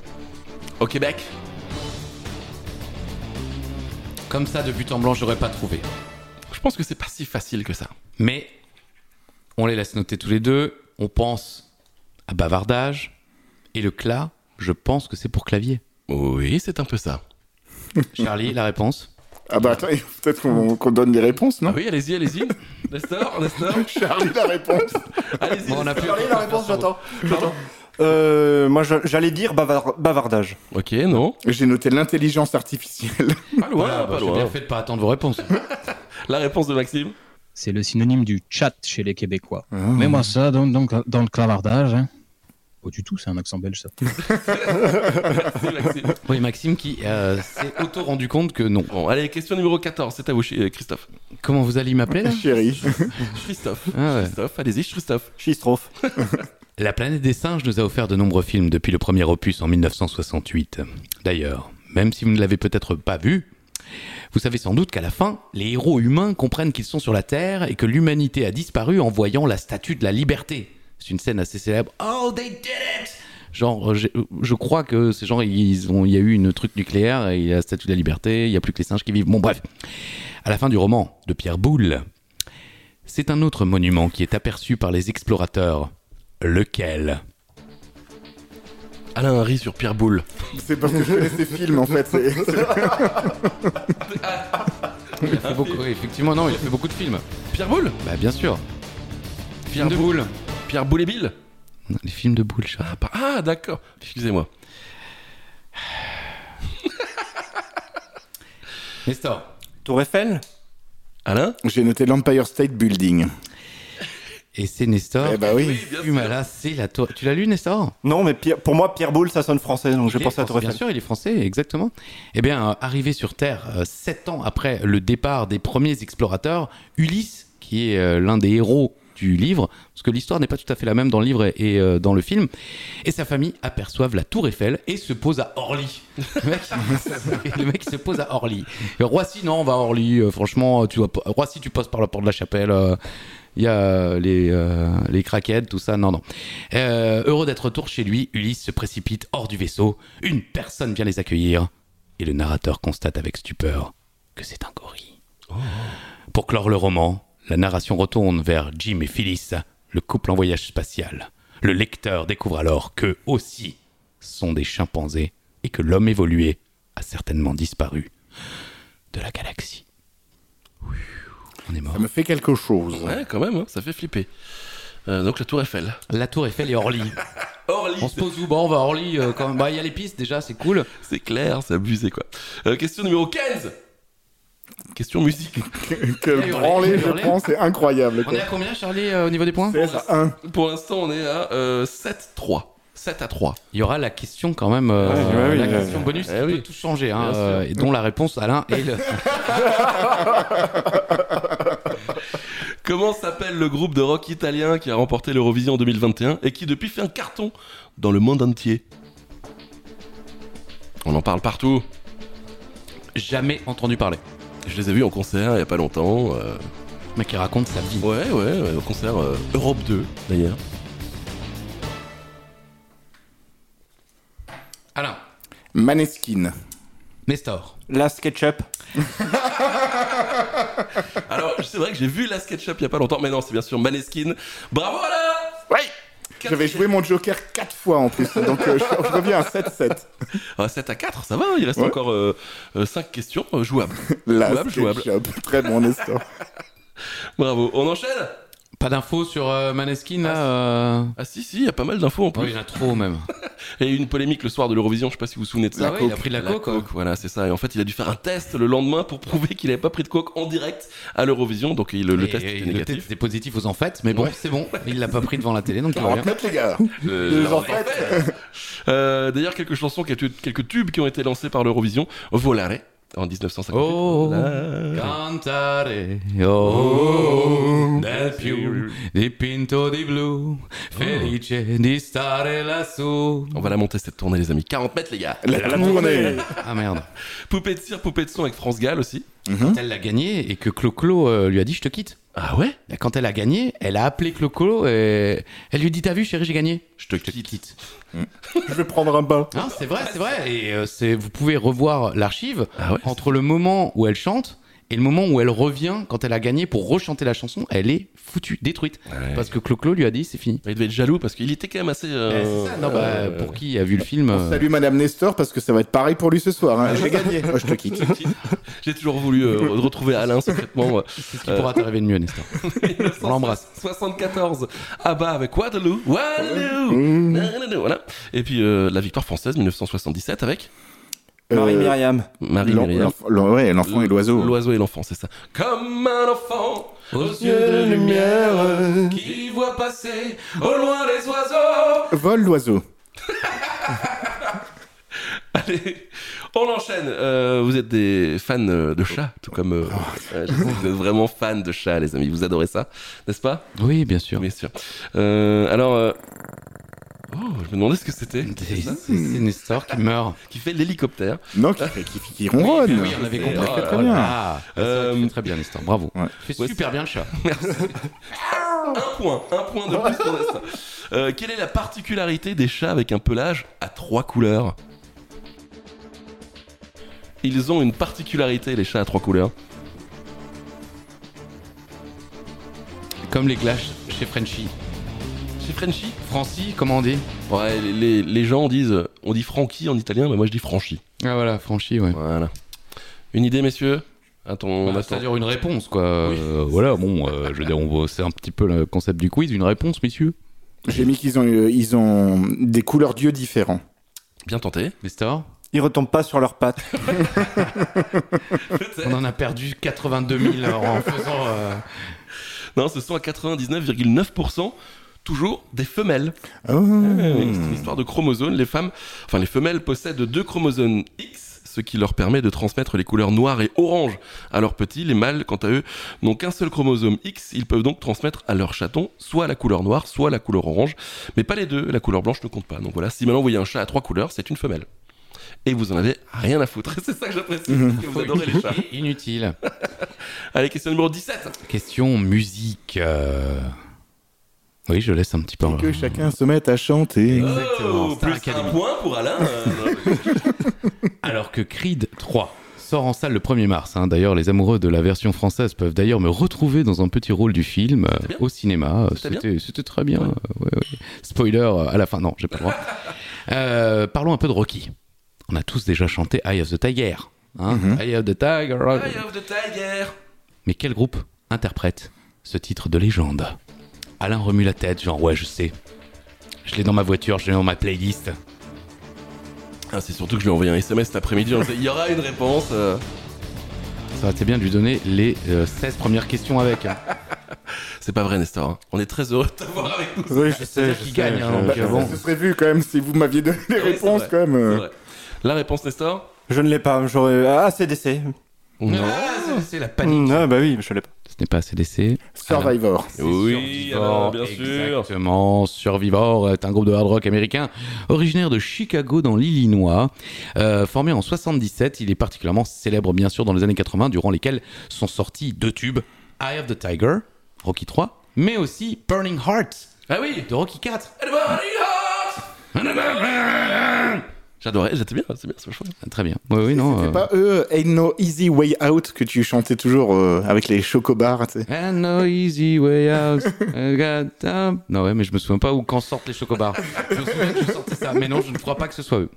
Speaker 1: Au Québec
Speaker 2: Comme ça, de but en blanc, j'aurais pas trouvé.
Speaker 1: Je pense que c'est pas si facile que ça.
Speaker 2: Mais on les laisse noter tous les deux. On pense à bavardage. Et le cla, je pense que c'est pour clavier.
Speaker 1: Oui, c'est un peu ça.
Speaker 2: Charlie, la réponse
Speaker 3: Ah bah attends, il faut peut-être qu'on qu'on donne les réponses,
Speaker 1: Ah
Speaker 3: non
Speaker 1: oui, allez-y, allez-y. Nestor, Nestor,
Speaker 3: Charlie, la réponse.
Speaker 1: allez-y.
Speaker 2: Bon, on a plus-
Speaker 4: Charlie, la réponse, j'attends. j'attends. Euh, moi, je- j'allais dire bavard- bavardage.
Speaker 1: Ok, non.
Speaker 3: J'ai noté l'intelligence artificielle.
Speaker 1: Pas loin,
Speaker 2: Voilà, bah,
Speaker 1: pas
Speaker 2: c'est bien
Speaker 1: loin.
Speaker 2: fait de pas attendre vos réponses.
Speaker 1: La réponse de Maxime
Speaker 6: C'est le synonyme du chat chez les Québécois. Mais moi, ça, donc, donc, dans le clavardage, hein. Pas du tout, c'est un accent belge, ça.
Speaker 1: C'est Maxime.
Speaker 2: oui, Maxime qui euh, s'est auto rendu compte que non.
Speaker 1: Bon, allez, question numéro 14, c'est à vous, chi- euh, Christophe.
Speaker 2: Comment vous allez m'appeler là
Speaker 3: Chérie.
Speaker 1: Christophe.
Speaker 2: Ah ouais.
Speaker 1: Christophe, allez-y, Christophe.
Speaker 4: Chistrophe.
Speaker 2: La planète des singes nous a offert de nombreux films depuis le premier opus en 1968. D'ailleurs, même si vous ne l'avez peut-être pas vu, vous savez sans doute qu'à la fin, les héros humains comprennent qu'ils sont sur la Terre et que l'humanité a disparu en voyant la statue de la liberté. C'est une scène assez célèbre. Oh, they did it! Genre, euh, j'ai- euh, je crois que ces gens, ils ont, il y a eu une truc nucléaire, et il y a la statue de la liberté, il n'y a plus que les singes qui vivent. Bon, bref. À la fin du roman de Pierre Boulle, c'est un autre monument qui est aperçu par les explorateurs. Lequel
Speaker 1: Alain Harry sur Pierre Boulle.
Speaker 3: C'est parce que je connais ces films en fait. c'est- c'est-
Speaker 2: Il a fait beaucoup, oui, effectivement, non, il a fait beaucoup de films.
Speaker 1: Pierre Boulle
Speaker 2: Bah, bien sûr.
Speaker 1: Pierre Boulle Pierre Boulle et Bill
Speaker 2: Non, Les films de boules, chat.
Speaker 1: Ah, pas- ah, d'accord. Excusez-moi.
Speaker 2: Nestor.
Speaker 4: Tour Eiffel
Speaker 1: Alain
Speaker 3: J'ai noté l'Empire State Building.
Speaker 2: Et c'est Nestor.
Speaker 3: Eh bah oui.
Speaker 1: Oui, bien sûr.
Speaker 2: Humala, c'est la tour. Tu l'as lu, Nestor
Speaker 4: Non, mais Pierre- pour moi, Pierre Boulle, ça sonne français, donc j'ai
Speaker 2: Il est
Speaker 4: pensé à Tour
Speaker 2: français, Bien
Speaker 4: Eiffel.
Speaker 2: sûr, il est français, exactement. Eh bien, euh, arrivé sur Terre euh, sept ans après le départ des premiers explorateurs, Ulysse, qui est euh, l'un des héros du livre, parce que l'histoire n'est pas tout à fait la même dans le livre et, et, euh, dans le film, et sa famille aperçoivent la tour Eiffel et se pose à Orly. Le mec, le mec se pose à Orly. Euh, Roissy, non, on va à Orly, euh, franchement, tu dois pas- Roissy, tu passes par la porte de la chapelle. euh, il y a euh, les, euh, les craquettes, tout ça, non, non. Euh, heureux d'être retour chez lui, Ulysse se précipite hors du vaisseau. Une personne vient les accueillir. Et le narrateur constate avec stupeur que c'est un gorille. Pour clore le roman, la narration retourne vers Jim et Phyllis, le couple en voyage spatial. Le lecteur découvre alors qu'eux aussi sont des chimpanzés et que l'homme évolué a certainement disparu de la galaxie. On est mort.
Speaker 3: Ça me fait quelque chose.
Speaker 1: Ouais, quand même, hein, ça fait flipper. Euh, donc la Tour Eiffel.
Speaker 2: La tour Eiffel et Orly.
Speaker 1: Orly
Speaker 2: On se pose où Bon, on va à Orly. euh, quand même. Bah, il y a les pistes déjà, c'est cool.
Speaker 1: C'est clair, c'est abusé quoi. Euh, question numéro 15 Question musique.
Speaker 3: Quel
Speaker 2: hurlé,
Speaker 3: branlé, je
Speaker 2: hurlé.
Speaker 3: prends, c'est incroyable.
Speaker 2: On
Speaker 3: quoi.
Speaker 2: est à combien, Charlie, euh, au niveau des points
Speaker 3: C'est ça, un.
Speaker 1: Pour l'instant, on est à euh, 7-3. 7 à 3.
Speaker 2: Il y aura la question quand même, euh,
Speaker 4: Ouais, ouais,
Speaker 2: la
Speaker 4: oui,
Speaker 2: question
Speaker 4: ouais, ouais.
Speaker 2: bonus qui
Speaker 1: Eh
Speaker 2: peut
Speaker 1: oui.
Speaker 2: tout changer, hein,
Speaker 1: Bien sûr.
Speaker 2: euh, et dont la réponse Alain est le...
Speaker 1: Comment s'appelle le groupe de rock italien qui a remporté l'Eurovision en 2021 et qui depuis fait un carton dans le monde entier On en parle partout.
Speaker 2: jamais entendu parler.
Speaker 1: Je les ai vus en concert il y a pas longtemps. euh,
Speaker 2: Le Mec qui raconte sa vie.
Speaker 1: Ouais, ouais, ouais, au concert euh, Europe 2 d'ailleurs.
Speaker 2: Alain,
Speaker 3: Maneskin.
Speaker 2: Nestor,
Speaker 4: La SketchUp.
Speaker 1: Alors, c'est vrai que j'ai vu la SketchUp il y a pas longtemps, mais non, c'est bien sûr Maneskin. Bravo Alain
Speaker 3: Ouais J'avais joué mon Joker 4 fois en plus, donc euh, je, je reviens à 7-7.
Speaker 1: Ah, 7 à 4, ça va, il reste
Speaker 3: Ouais.
Speaker 1: encore 5 questions euh, jouables.
Speaker 3: Là,
Speaker 1: Jouable, jouable.
Speaker 3: Très bon, Nestor.
Speaker 1: Bravo, on enchaîne
Speaker 2: pas d'infos sur euh, Maneskin là euh...
Speaker 1: Ah si, si, il y a pas mal d'infos en
Speaker 2: oh,
Speaker 1: plus.
Speaker 2: il y en a trop même.
Speaker 1: Et une polémique le soir de l'Eurovision, je sais pas si vous vous souvenez de ça.
Speaker 2: Ah ouais, il a pris de la, coke. quoi.
Speaker 1: Voilà, c'est ça. Et en fait, il a dû faire un test le lendemain pour prouver qu'il n'avait pas pris de coke en direct à l'Eurovision. Donc, il- le, le
Speaker 2: Et-
Speaker 1: test
Speaker 2: et
Speaker 1: était
Speaker 2: le
Speaker 1: négatif.
Speaker 2: test était positif aux enfêtes, mais bon,
Speaker 1: Ouais.
Speaker 2: c'est bon. Il l'a pas pris devant la télé, donc tout va bien.
Speaker 3: 40 mètres, les gars
Speaker 1: Euh,
Speaker 3: Les
Speaker 1: alors,
Speaker 3: enfêtes.
Speaker 1: en fait, euh, D'ailleurs, quelques chansons, quelques, quelques tubes qui ont été lancés par l'Eurovision. Volare, en 1958.
Speaker 2: Oh,
Speaker 1: Là.
Speaker 2: cantare, oh, del più, Oh. di pinto di blu, felice di stare lassù.
Speaker 1: On va la monter cette tournée, les amis. 40 mètres, les gars.
Speaker 3: La, tournée.
Speaker 2: Ah merde.
Speaker 1: Poupée de cire, poupée de son avec France Gall aussi.
Speaker 2: Quand elle l'a gagné et que Clo-Clo euh, lui a dit je te quitte.
Speaker 1: Ah ouais
Speaker 2: Quand elle a gagné, elle a appelé Clo-Clo et elle lui dit t'as vu chérie j'ai gagné.
Speaker 1: Je te quitte.
Speaker 3: Je vais prendre un bain.
Speaker 2: Non, c'est vrai, c'est vrai. Et euh, c'est, vous pouvez revoir l'archive
Speaker 1: Ah ouais
Speaker 2: entre le moment où elle chante et le moment où elle revient quand elle a gagné pour rechanter la chanson. Elle est foutue, détruite.
Speaker 1: Ouais.
Speaker 2: Parce que Clo-Clo lui a dit c'est fini.
Speaker 1: Il devait être jaloux parce qu'il était quand même assez. euh,
Speaker 2: Eh, c'est ça, non, bah,
Speaker 1: euh,
Speaker 2: pour qui a vu le film euh,
Speaker 3: Salut Madame Nestor, parce que ça va être pareil pour lui ce soir. hein. J'ai gagné. Moi, je te quitte.
Speaker 1: J'ai toujours voulu euh, retrouver Alain secrètement. euh,
Speaker 2: Qu'est-ce qui pourra t'arriver de mieux, Nestor On l'embrasse.
Speaker 1: 74 Abba avec Waterloo. Waterloo Nanana, Voilà. Et puis euh, la victoire française 1977 avec
Speaker 4: Marie
Speaker 3: Euh,
Speaker 4: Myriam.
Speaker 1: Marie
Speaker 3: l'en-
Speaker 1: Myriam.
Speaker 3: l'enf- l'en- ouais, l'enfant et l'oiseau.
Speaker 1: L'oiseau et l'enfant, c'est ça. Comme un enfant aux yeux de lumière qui voit passer au loin les oiseaux.
Speaker 3: Vol l'oiseau.
Speaker 1: Allez, on enchaîne. Euh, vous êtes des fans euh, de chats, tout comme euh,
Speaker 3: Oh,
Speaker 1: euh, vous êtes vraiment fans de chats, les amis. Vous adorez ça, n'est-ce pas
Speaker 2: Oui, bien sûr.
Speaker 1: Bien sûr. Euh, alors, euh, oh, je me demandais ce que c'était.
Speaker 2: C'est, c'est- c'est Nestor qui meurt.
Speaker 1: Qui fait l'hélicoptère.
Speaker 3: Non, qui, qui, qui- qui ronronne.
Speaker 2: Oui, on avait
Speaker 1: c'est-
Speaker 2: compris.
Speaker 1: oh là
Speaker 3: très bien.
Speaker 2: Ah,
Speaker 1: Euh,
Speaker 2: c'est vrai, tu fais très bien, Nestor. Bravo.
Speaker 3: Ouais.
Speaker 2: Tu fais super bien le chat.
Speaker 1: Un point, un point de plus pour Nestor. Euh, quelle est la particularité des chats avec un pelage à trois couleurs Ils ont une particularité, les chats à trois couleurs.
Speaker 2: Comme les glaces chez Frenchy.
Speaker 1: Chez Frenchy
Speaker 2: Francy, comment on dit
Speaker 1: Ouais, les, les- les gens disent, on dit Franchi en italien, mais moi je dis Franchi.
Speaker 2: Ah voilà, Franchi, ouais.
Speaker 1: Voilà. Une idée, messieurs Attends, on
Speaker 2: Bah,
Speaker 1: attend.
Speaker 2: C'est-à-dire une réponse, quoi. Euh, voilà, bon, euh, je veux dire, on voit- c'est un petit peu le concept du quiz, une réponse, messieurs.
Speaker 3: J'ai mis qu'ils ont, euh, ils ont des couleurs d'yeux différents.
Speaker 1: Bien tenté.
Speaker 2: Nestor
Speaker 4: Ils retombent pas sur leurs pattes.
Speaker 2: On en a perdu 82 000 en faisant. euh,
Speaker 1: Non, ce sont à 99,9% toujours des femelles.
Speaker 3: Oh.
Speaker 1: Ah, Oui, C'est
Speaker 2: Hmm.
Speaker 1: une histoire de chromosomes. Les femmes, enfin les femelles possèdent deux chromosomes X, ce qui leur permet de transmettre les couleurs noire et orange à leurs petits. Les mâles, quant à eux, n'ont qu'un seul chromosome X. Ils peuvent donc transmettre à leur chaton soit la couleur noire, soit la couleur orange, mais pas les deux. La couleur blanche ne compte pas. Donc voilà, si maintenant vous voyez un chat à trois couleurs, c'est une femelle. Et vous en avez rien à foutre. C'est ça que j'apprécie.
Speaker 2: Mhm.
Speaker 1: parce que Vous adorez les chats.
Speaker 2: Inutile.
Speaker 1: Allez, question numéro 17.
Speaker 2: Question musique. euh, Oui, je laisse un petit peu.
Speaker 3: Que chacun se mette à chanter.
Speaker 2: Exactement,
Speaker 1: Oh,
Speaker 2: Star
Speaker 1: plus
Speaker 2: Academy.
Speaker 1: un point pour Alain. Euh,
Speaker 2: Alors que Creed 3 sort en salle le 1er mars. hein. D'ailleurs, les amoureux de la version française peuvent d'ailleurs me retrouver dans un petit rôle du film euh,
Speaker 1: bien.
Speaker 2: au cinéma. Euh,
Speaker 1: C'était bien.
Speaker 2: C'était c'était très bien. euh, ouais, ouais. Spoiler euh, à la fin. Non, j'ai pas le droit. Euh, parlons un peu de Rocky. On a tous déjà chanté Eye of the Tiger. hein.
Speaker 1: Mhm.
Speaker 2: Eye of the Tiger.
Speaker 1: Eye of the Tiger.
Speaker 2: Mais quel groupe interprète ce titre de légende Alain remue la tête, genre ouais, je sais. Je l'ai dans ma voiture, je l'ai dans ma playlist.
Speaker 1: Ah, c'est surtout que je lui ai envoyé un SMS cet après-midi. en disant, Il y aura une réponse. euh.
Speaker 2: Ça aurait été bien de lui donner les euh, 16 premières questions avec. hein.
Speaker 1: C'est pas vrai, Nestor. hein. On est très heureux de t'avoir avec nous.
Speaker 3: Oui,
Speaker 2: je sais, je sais, gagne,
Speaker 4: Ah,
Speaker 2: hein,
Speaker 3: Bah,
Speaker 2: donc, euh, bon.
Speaker 3: Ça se serait vu quand même si vous m'aviez donné les
Speaker 1: Oui, c'est
Speaker 3: réponses
Speaker 1: vrai.
Speaker 3: quand même.
Speaker 1: C'est
Speaker 3: euh.
Speaker 1: vrai. La réponse, Nestor
Speaker 4: Je ne l'ai pas. J'aurais. Ah, CDC.
Speaker 1: Non.
Speaker 2: Ah, c'est- c'est la panique.
Speaker 4: Mm, Ah, bah oui, je l'ai pas.
Speaker 2: Ce n'est pas CDC.
Speaker 3: Survivor.
Speaker 1: Oui, alors, bien sûr.
Speaker 2: Exactement. Survivor est un groupe de hard rock américain originaire de Chicago dans l'Illinois. Euh, formé en 77, il est particulièrement célèbre bien sûr dans les années 80 durant lesquelles sont sortis deux tubes Eye of the Tiger, Rocky 3, mais aussi Burning Heart
Speaker 1: Ah oui
Speaker 2: de Rocky 4.
Speaker 1: J'adorais, j'étais bien, c'est bien, c'est vachement bien.
Speaker 2: Très bien. Oui, oui, non.
Speaker 3: C'était
Speaker 2: euh,
Speaker 3: pas eux, Ain't No Easy Way Out, que tu chantais toujours euh, avec les chocobars, tu sais.
Speaker 2: And no easy way out. I got a- Non, ouais, mais je me souviens pas où quand sortent les chocobars. je me souviens que je sortais ça, mais non, je ne crois pas que ce soit eux.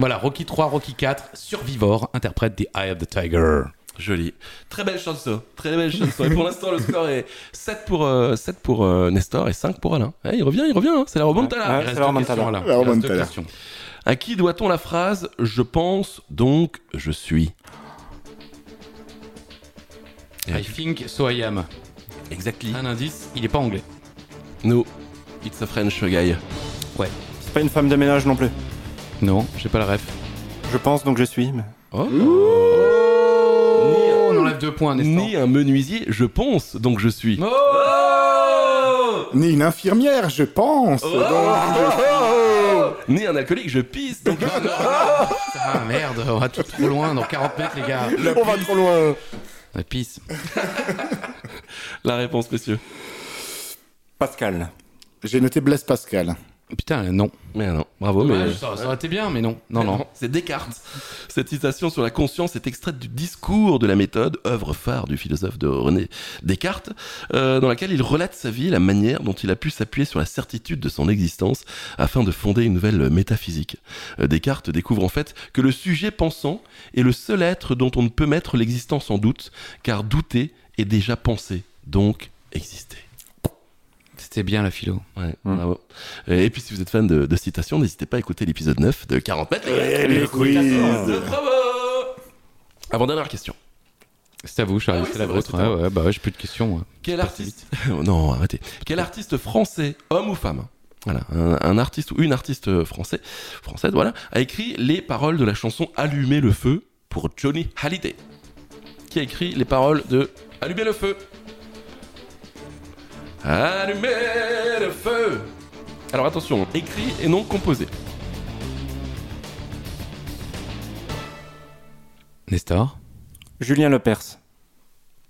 Speaker 2: Voilà, Rocky 3, Rocky 4, Survivor, interprète des Eye of the Tiger.
Speaker 1: Joli. Très belle chanson. Très belle chanson. Et pour l'instant, le score est 7 pour, euh, 7 pour euh, Nestor et 5 pour Alain. Eh, il revient, il revient, hein, c'est la remontada.
Speaker 4: Ouais,
Speaker 2: Il reste
Speaker 4: c'est leur
Speaker 2: deux
Speaker 4: mental. hein.
Speaker 2: questions, Alain. Il
Speaker 3: Leur
Speaker 2: reste deux
Speaker 3: mental.
Speaker 2: questions.
Speaker 1: À qui doit-on la phrase Je pense, donc je suis
Speaker 2: I think so I am.
Speaker 1: Exactly.
Speaker 2: Un indice, il est pas anglais.
Speaker 1: No, it's a French guy.
Speaker 4: C'est pas une femme de ménage non plus.
Speaker 2: Non, j'ai pas la ref.
Speaker 4: Je pense donc je suis. mais-
Speaker 1: Oh
Speaker 2: Oh, deux points, Nestor.
Speaker 1: Ni un menuisier, je pense, donc je suis.
Speaker 2: Oh
Speaker 3: Ni une infirmière, je pense. Donc,
Speaker 1: Ni un alcoolique, je pisse, donc je-
Speaker 2: Ah merde, on va tout trop loin, dans 40 mètres, les gars.
Speaker 3: on va trop loin.
Speaker 2: La pisse.
Speaker 1: La réponse, messieurs.
Speaker 4: Pascal.
Speaker 3: J'ai noté Blaise Pascal.
Speaker 2: Putain, non.
Speaker 1: Mais non, bravo, mais.
Speaker 2: Dommage, ça, ça aurait été bien, mais non. Non, non.
Speaker 1: C'est Descartes. Cette citation sur la conscience est extraite du discours de la méthode, œuvre phare du philosophe de René Descartes, euh, dans laquelle il relate sa vie, et la manière dont il a pu s'appuyer sur la certitude de son existence afin de fonder une nouvelle métaphysique. Euh, Descartes découvre en fait que le sujet pensant est le seul être dont on ne peut mettre l'existence en doute, car douter est déjà pensé, donc exister.
Speaker 2: C'était bien la philo.
Speaker 1: Ouais, bravo. Et puis si vous êtes fan de, de citations, n'hésitez pas à écouter l'épisode 9 de 40 mètres.
Speaker 3: Et le quiz.
Speaker 1: Avant dernière question.
Speaker 2: C'est à vous, Charlie, c'est la vôtre. Ah Ouais, ouais, bah ouais, j'ai plus de questions. moi.
Speaker 1: Quel artiste Oh Non, arrêtez. Quel artiste français, homme ou femme voilà, un, un artiste ou une artiste français, française, voilà, a écrit les paroles de la chanson Allumer le feu pour Johnny Hallyday. Qui a écrit les paroles de Allumer le feu Allumer le feu Alors attention, écrit et non composé.
Speaker 2: Nestor,
Speaker 4: Julien Lepers.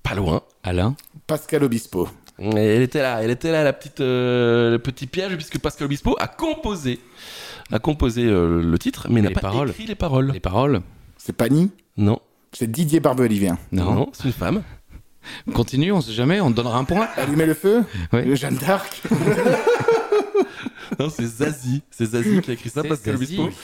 Speaker 1: Pas loin.
Speaker 2: Alain,
Speaker 3: Pascal Obispo.
Speaker 1: Et elle était là, elle était là, la petite, euh, le petit piège, puisque Pascal Obispo a composé, a composé euh, le titre, mais n'a
Speaker 2: Les
Speaker 1: pas
Speaker 2: paroles.
Speaker 1: écrit les paroles.
Speaker 2: les paroles.
Speaker 3: C'est Pani.
Speaker 1: Non,
Speaker 3: C'est Didier Barbelivien.
Speaker 1: non,
Speaker 2: Non.
Speaker 1: c'est une femme.
Speaker 2: Continue, on sait jamais, on te donnera un point.
Speaker 3: Allumez le feu.
Speaker 2: Oui.
Speaker 3: Le Jeanne d'Arc.
Speaker 1: Non, c'est Zazie, c'est Zazie qui a écrit ça.
Speaker 2: C'est
Speaker 1: Pascal
Speaker 2: Zazie,
Speaker 1: Obispo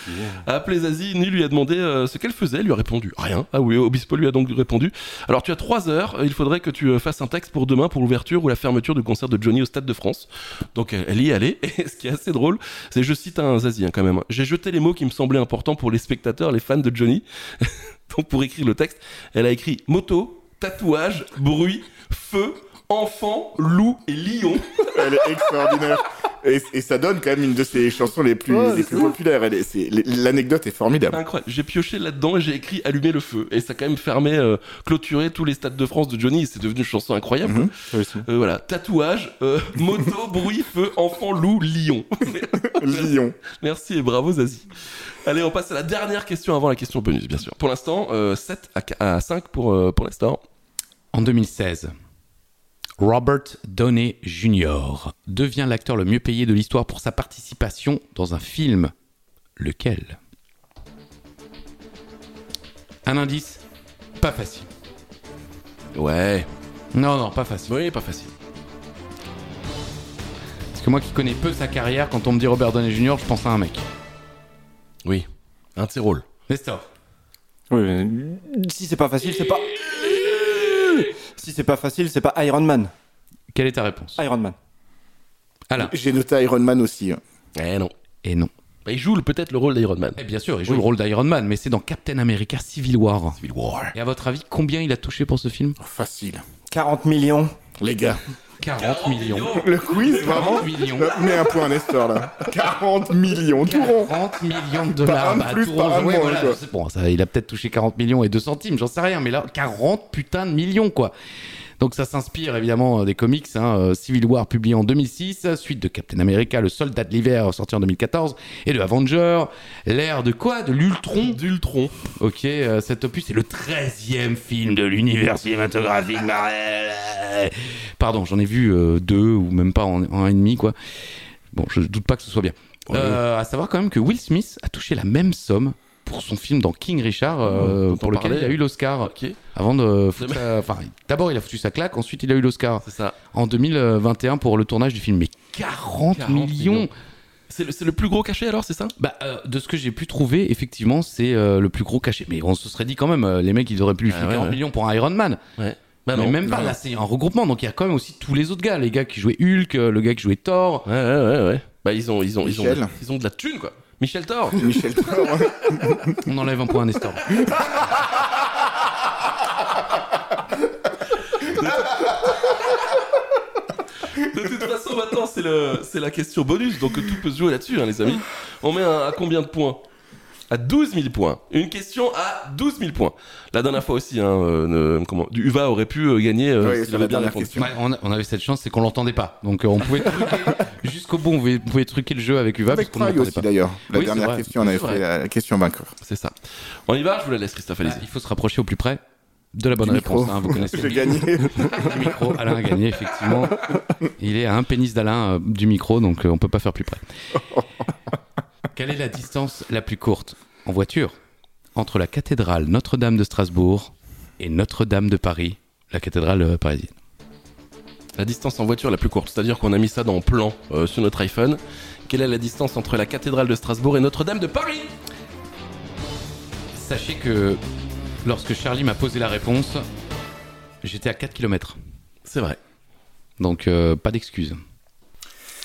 Speaker 1: a appelé Zazie, ni Ah, lui a demandé euh, ce qu'elle faisait, elle lui a répondu rien. Ah oui, Obispo lui a donc répondu. Alors tu as trois heures, euh, il faudrait que tu euh, fasses un texte pour demain pour l'ouverture ou la fermeture du concert de Johnny au Stade de France. Donc euh, elle y est allée. Et ce qui est assez drôle, c'est je cite un Zazie hein, quand même. J'ai jeté les mots qui me semblaient importants pour les spectateurs, les fans de Johnny. donc pour écrire le texte, elle a écrit moto, tatouage, bruit, feu, enfant, loup et lion.
Speaker 3: Elle est extraordinaire. Et, et ça donne quand même une de ses chansons les plus, les plus populaires. Elle est- c'est- L'anecdote est formidable.
Speaker 1: Incroyable. J'ai pioché là-dedans et j'ai écrit Allumer le feu. Et ça a quand même fermé, euh, clôturé tous les stades de France de Johnny. C'est devenu une chanson incroyable.
Speaker 3: Mhm.
Speaker 1: Euh, voilà. Tatouage, euh, moto, bruit, feu, enfant, loup, lion.
Speaker 3: Lyon.
Speaker 1: Merci et bravo Zazie. Allez, on passe à la dernière question avant la question bonus, bien sûr. Pour l'instant, euh, 7 à, qu- à 5 pour, euh, pour l'instant.
Speaker 2: En 2016, Robert Downey Jr. devient l'acteur le mieux payé de l'histoire pour sa participation dans un film. Lequel Un indice Pas facile.
Speaker 1: Ouais.
Speaker 2: Non, non, pas facile.
Speaker 1: Oui, pas facile.
Speaker 2: Parce que moi qui connais peu sa carrière, quand on me dit Robert Downey Jr., je pense à un mec.
Speaker 1: Oui. Un de ses rôles.
Speaker 2: Nestor.
Speaker 4: Oui, mais- Si c'est pas facile, c'est pas. Si c'est pas facile, c'est pas Iron Man.
Speaker 2: Quelle est ta réponse
Speaker 4: Iron Man.
Speaker 2: Alain.
Speaker 3: J'ai noté Iron Man aussi. hein.
Speaker 1: Eh non.
Speaker 2: Et non.
Speaker 1: Bah, Il joue le- peut-être le rôle d'Iron Man.
Speaker 2: Et Eh, bien sûr, il joue
Speaker 1: Oui.
Speaker 2: le rôle d'Iron Man, mais c'est dans Captain America Civil War.
Speaker 1: Civil War.
Speaker 2: Et à votre avis, combien il a touché pour ce film
Speaker 3: Facile.
Speaker 4: 40 millions.
Speaker 3: Les gars.
Speaker 2: 40 millions.
Speaker 3: Le quiz, vraiment
Speaker 2: 40 millions.
Speaker 3: Mets un point, Nestor, là. 40 millions, tout rond.
Speaker 2: 40 millions de
Speaker 3: Par
Speaker 2: dollars.
Speaker 3: un de
Speaker 2: Bah,
Speaker 3: plus,
Speaker 2: tout
Speaker 3: par
Speaker 2: rond,
Speaker 3: un de
Speaker 2: ouais,
Speaker 3: moins,
Speaker 2: voilà,
Speaker 3: quoi.
Speaker 2: c'est bon, ça, il a peut-être touché 40 millions et 2 centimes, j'en sais rien, mais là, 40 putains de millions, quoi. Donc ça s'inspire évidemment euh, des comics, hein, euh, Civil War publié en 2006, suite de Captain America, le soldat de l'hiver sorti en 2014, et de Avenger, l'ère de quoi De l'Ultron
Speaker 1: D'Ultron.
Speaker 2: Ok, euh, cet opus est le 13e film de l'univers cinématographique Marvel. Pardon, j'en ai vu euh, deux ou même pas en, en un et demi, quoi. Bon, je doute pas que ce soit bien. Euh, à savoir quand même que Will Smith a touché la même somme pour son film dans King Richard, euh,
Speaker 1: dont on
Speaker 2: pour lequel
Speaker 1: parlait.
Speaker 2: il a eu l'Oscar.
Speaker 1: Ok.
Speaker 2: Avant de foutre
Speaker 1: Mais-
Speaker 2: sa- Enfin, d'abord il a foutu sa claque, ensuite il a eu l'Oscar
Speaker 1: C'est ça.
Speaker 2: en 2021 pour le tournage du film. Mais 40,
Speaker 1: 40
Speaker 2: millions,
Speaker 1: millions. C'est le, c'est le plus gros cachet alors, c'est ça
Speaker 2: bah, euh, de ce que j'ai pu trouver, effectivement, c'est euh, le plus gros cachet. Mais on se serait dit quand même, euh, les mecs, ils auraient pu lui
Speaker 1: Ah
Speaker 2: filer
Speaker 1: ouais,
Speaker 2: 40
Speaker 1: ouais.
Speaker 2: millions pour un Iron Man.
Speaker 1: Ouais. Bah
Speaker 2: mais
Speaker 1: non.
Speaker 2: même pas,
Speaker 1: Non.
Speaker 2: là, c'est un regroupement. Donc il y a quand même aussi tous les autres gars. Les gars qui jouaient Hulk, euh, le gars qui jouait Thor.
Speaker 1: Ouais, ouais, ouais, ouais. Bah, ils ont, ils ont, ils ont,
Speaker 3: Michel.
Speaker 1: ils ont de la thune, quoi. Michel Thor.
Speaker 3: Michel Thor, ouais.
Speaker 2: On enlève un point à Nestor.
Speaker 1: De toute façon, maintenant, c'est le, c'est la question bonus, donc tout peut se jouer là-dessus, hein, les amis. On met un- à combien de points à 12 000 points. Une question à 12 000 points. La dernière fois aussi, hein, euh, ne- comment, du Uva aurait pu euh, gagner euh,
Speaker 3: Oui,
Speaker 1: s'il
Speaker 3: sur la
Speaker 1: avait bien
Speaker 3: dernière
Speaker 1: répondu.
Speaker 3: question.
Speaker 2: Ouais, on, a- on avait cette chance, c'est qu'on l'entendait pas. Donc euh, on pouvait truquer jusqu'au bout, on pouvait, on pouvait truquer le jeu avec Uva parce
Speaker 3: Avec
Speaker 2: qu'on ne
Speaker 3: Try
Speaker 2: l'entendait
Speaker 3: aussi
Speaker 2: pas.
Speaker 3: d'ailleurs. La
Speaker 2: Oui, c'est
Speaker 3: dernière
Speaker 2: vrai.
Speaker 3: question, on avait
Speaker 2: C'est
Speaker 3: fait la question vainqueur.
Speaker 1: C'est ça. On y va Je vous la laisse, Christophe.
Speaker 2: Ah,
Speaker 1: Allez-y.
Speaker 2: il faut se rapprocher au plus près de la bonne
Speaker 3: Du
Speaker 2: réponse.
Speaker 3: micro.
Speaker 2: hein, vous connaissez
Speaker 3: J'ai gagné.
Speaker 2: le micro. Alain a gagné, effectivement. Il est à un pénis d'Alain euh, du micro, donc euh, on peut pas faire plus près. Quelle est la distance la plus courte en voiture entre la cathédrale Notre-Dame de Strasbourg et Notre-Dame de Paris, la cathédrale euh, parisienne
Speaker 1: La distance en voiture la plus courte, c'est-à-dire qu'on a mis ça dans plan euh, sur notre iPhone. Quelle est la distance entre la cathédrale de Strasbourg et Notre-Dame de Paris
Speaker 2: Sachez que lorsque Charlie m'a posé la réponse, j'étais à 4 km.
Speaker 1: C'est vrai.
Speaker 2: Donc euh, pas d'excuses.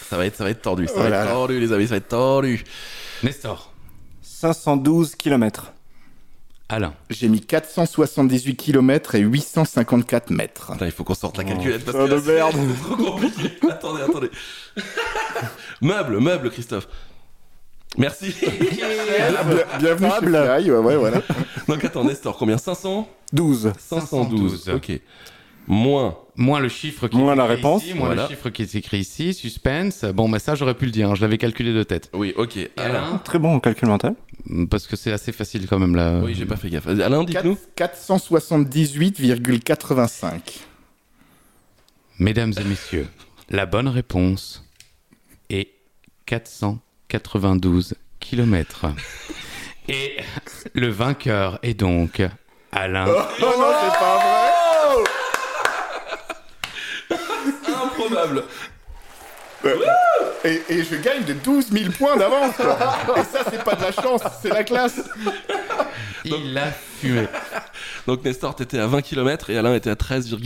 Speaker 1: Ça va être, ça va être tordu. Ça
Speaker 3: Oh
Speaker 1: va
Speaker 3: là
Speaker 1: être
Speaker 3: là.
Speaker 1: tordu, les amis. Ça va être tordu.
Speaker 2: Nestor,
Speaker 4: 512 km.
Speaker 2: Alain,
Speaker 3: J'ai mis 478 km et 854 mètres.
Speaker 1: Attends, il faut qu'on sorte la
Speaker 4: Oh,
Speaker 1: calculette parce
Speaker 3: putain
Speaker 1: que là,
Speaker 3: de merde.
Speaker 1: c'est c'est trop compliqué. attendez, attendez. meuble, meuble, Christophe. Merci.
Speaker 3: Bien- Bienvenue chez
Speaker 4: Table.
Speaker 3: Fly, ouais, ouais, voilà.
Speaker 1: Donc attends, Nestor, combien 500
Speaker 4: 12.
Speaker 1: 512.
Speaker 2: 512.
Speaker 1: Ok. Moins.
Speaker 2: moins le chiffre qui
Speaker 4: Moins
Speaker 2: est
Speaker 4: la
Speaker 2: écrit
Speaker 4: réponse.
Speaker 2: ici, moins
Speaker 1: Voilà.
Speaker 2: le chiffre qui est écrit ici, suspense. Bon, mais ça j'aurais pu le dire, hein, je l'avais calculé de tête.
Speaker 1: Oui, ok.
Speaker 2: Et
Speaker 1: Alain.
Speaker 2: Alain,
Speaker 4: Très bon en calcul mental.
Speaker 2: parce que c'est assez facile quand même là.
Speaker 1: Oui, j'ai pas fait gaffe. Euh, Alain, dites-nous.
Speaker 3: 478,85.
Speaker 2: Mesdames et messieurs, la bonne réponse est 492 km. Et le vainqueur est donc Alain.
Speaker 3: Oh non, c'est pas vrai
Speaker 1: Improbable.
Speaker 3: et, et je gagne de 12 000 points d'avance, quoi. Et ça, c'est pas de la chance, c'est la classe.
Speaker 2: Il a fumé.
Speaker 1: Donc Nestor, t'étais à 20 km et Alain était à 13,15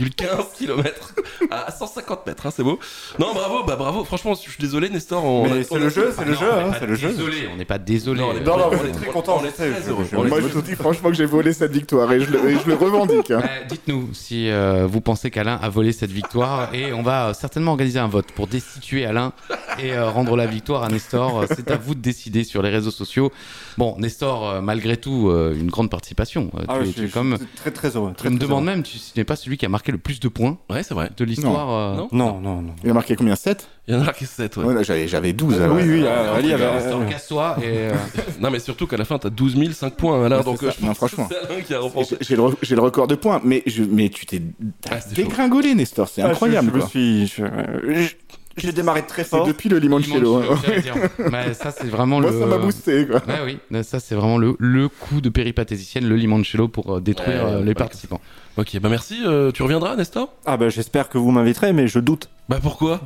Speaker 1: km à 150 mètres, hein, c'est beau. Non, bravo, bah bravo. Franchement, je suis désolé, Nestor. On
Speaker 4: Mais
Speaker 1: a-
Speaker 4: c'est
Speaker 1: on a-
Speaker 4: le jeu, c'est
Speaker 2: Ah
Speaker 4: le
Speaker 2: non,
Speaker 4: jeu,
Speaker 2: on est
Speaker 4: hein,
Speaker 2: pas
Speaker 4: c'est le jeu.
Speaker 2: Désolé, on n'est pas désolé.
Speaker 1: Non, on est-
Speaker 2: Euh,
Speaker 1: non, non,
Speaker 2: euh,
Speaker 1: on est très content, on est très heureux.
Speaker 4: On est-
Speaker 3: Moi, je vous dis franchement que j'ai volé cette victoire et je le, et je le revendique. hein.
Speaker 2: Euh, Dites-nous si euh, vous pensez qu'Alain a volé cette victoire et on va euh, certainement organiser un vote pour destituer Alain et euh, rendre la victoire à Nestor. Euh, C'est à vous de décider sur les réseaux sociaux. Bon, Nestor, euh, malgré tout, euh, une grande participation. Euh,
Speaker 4: Ah
Speaker 2: tu, es-
Speaker 4: ouais, je
Speaker 2: tu es
Speaker 4: suis
Speaker 2: comme,
Speaker 4: je suis très très heureux.
Speaker 2: tu
Speaker 4: Très,
Speaker 2: me
Speaker 4: très
Speaker 2: demandes même tu- si tu n'es pas celui qui a marqué le plus de points
Speaker 1: Ouais, c'est vrai.
Speaker 2: de l'histoire. euh,
Speaker 1: Non.
Speaker 4: heureux. Non, non, non.
Speaker 3: Il a marqué combien 7
Speaker 1: Il y en a qui se settent, ouais.
Speaker 3: J'avais j'avais 12.
Speaker 2: Ah
Speaker 3: alors.
Speaker 4: oui, oui, euh,
Speaker 2: Alors,
Speaker 4: Ali avait.
Speaker 2: Nestor
Speaker 4: euh,
Speaker 2: Cassois et euh,
Speaker 1: Non, mais surtout qu'à la fin, t'as 12 000, 5 points, Alain.
Speaker 3: Ouais,
Speaker 1: donc
Speaker 3: c'est
Speaker 1: euh,
Speaker 3: ça.
Speaker 1: je pense
Speaker 3: Non, franchement.
Speaker 1: que c'est Alain qui a
Speaker 3: Et
Speaker 1: remporté.
Speaker 3: j'ai- J'ai le, re- j'ai le record de points, mais, je, mais tu t'es
Speaker 1: Ah, c'est chaud.
Speaker 3: dégringolé, Nestor, c'est
Speaker 4: ah, je-
Speaker 3: incroyable.
Speaker 4: Je, me
Speaker 3: quoi.
Speaker 4: suis. je- euh, je- J'ai démarré très
Speaker 3: C'est
Speaker 4: fort.
Speaker 3: depuis le limoncello. hein.
Speaker 2: Limoncello, j'allais dire. Mais ça, c'est vraiment
Speaker 3: Moi,
Speaker 2: le.
Speaker 3: ça m'a boosté. Quoi.
Speaker 2: Ouais, oui, mais ça c'est vraiment le, le coup de péripatéticienne, le limoncello pour euh, détruire
Speaker 1: Ouais,
Speaker 2: euh,
Speaker 1: ouais,
Speaker 2: les
Speaker 1: ouais.
Speaker 2: participants.
Speaker 1: Ok, bah merci. euh, tu reviendras, Nestor
Speaker 4: Ah bah j'espère que vous m'inviterez, mais je doute.
Speaker 1: Bah pourquoi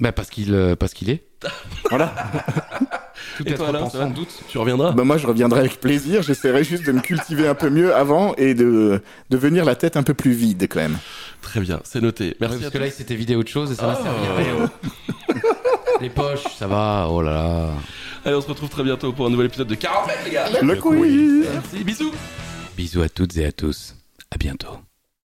Speaker 2: Bah parce qu'il euh, parce qu'il est.
Speaker 4: Voilà.
Speaker 2: Tout
Speaker 1: Et
Speaker 2: être
Speaker 1: toi, Alain,
Speaker 2: pensant
Speaker 1: ça va
Speaker 2: doute.
Speaker 1: Tu reviendras
Speaker 3: Bah, moi, je reviendrai avec plaisir. J'essaierai juste de me cultiver un peu mieux avant et de devenir la tête un peu plus vide, quand même.
Speaker 1: Très bien, c'est noté.
Speaker 2: Ouais,
Speaker 1: Merci à
Speaker 2: parce que
Speaker 1: tous.
Speaker 2: là il s'était vidé autre chose et ça va
Speaker 1: Oh.
Speaker 2: servir. les poches, ça va. Oh là là.
Speaker 1: Allez, on se retrouve très bientôt pour un nouvel épisode de 40 mètres, les gars
Speaker 3: Le, quiz
Speaker 1: Merci, bisous
Speaker 2: Bisous à toutes et à tous. À bientôt.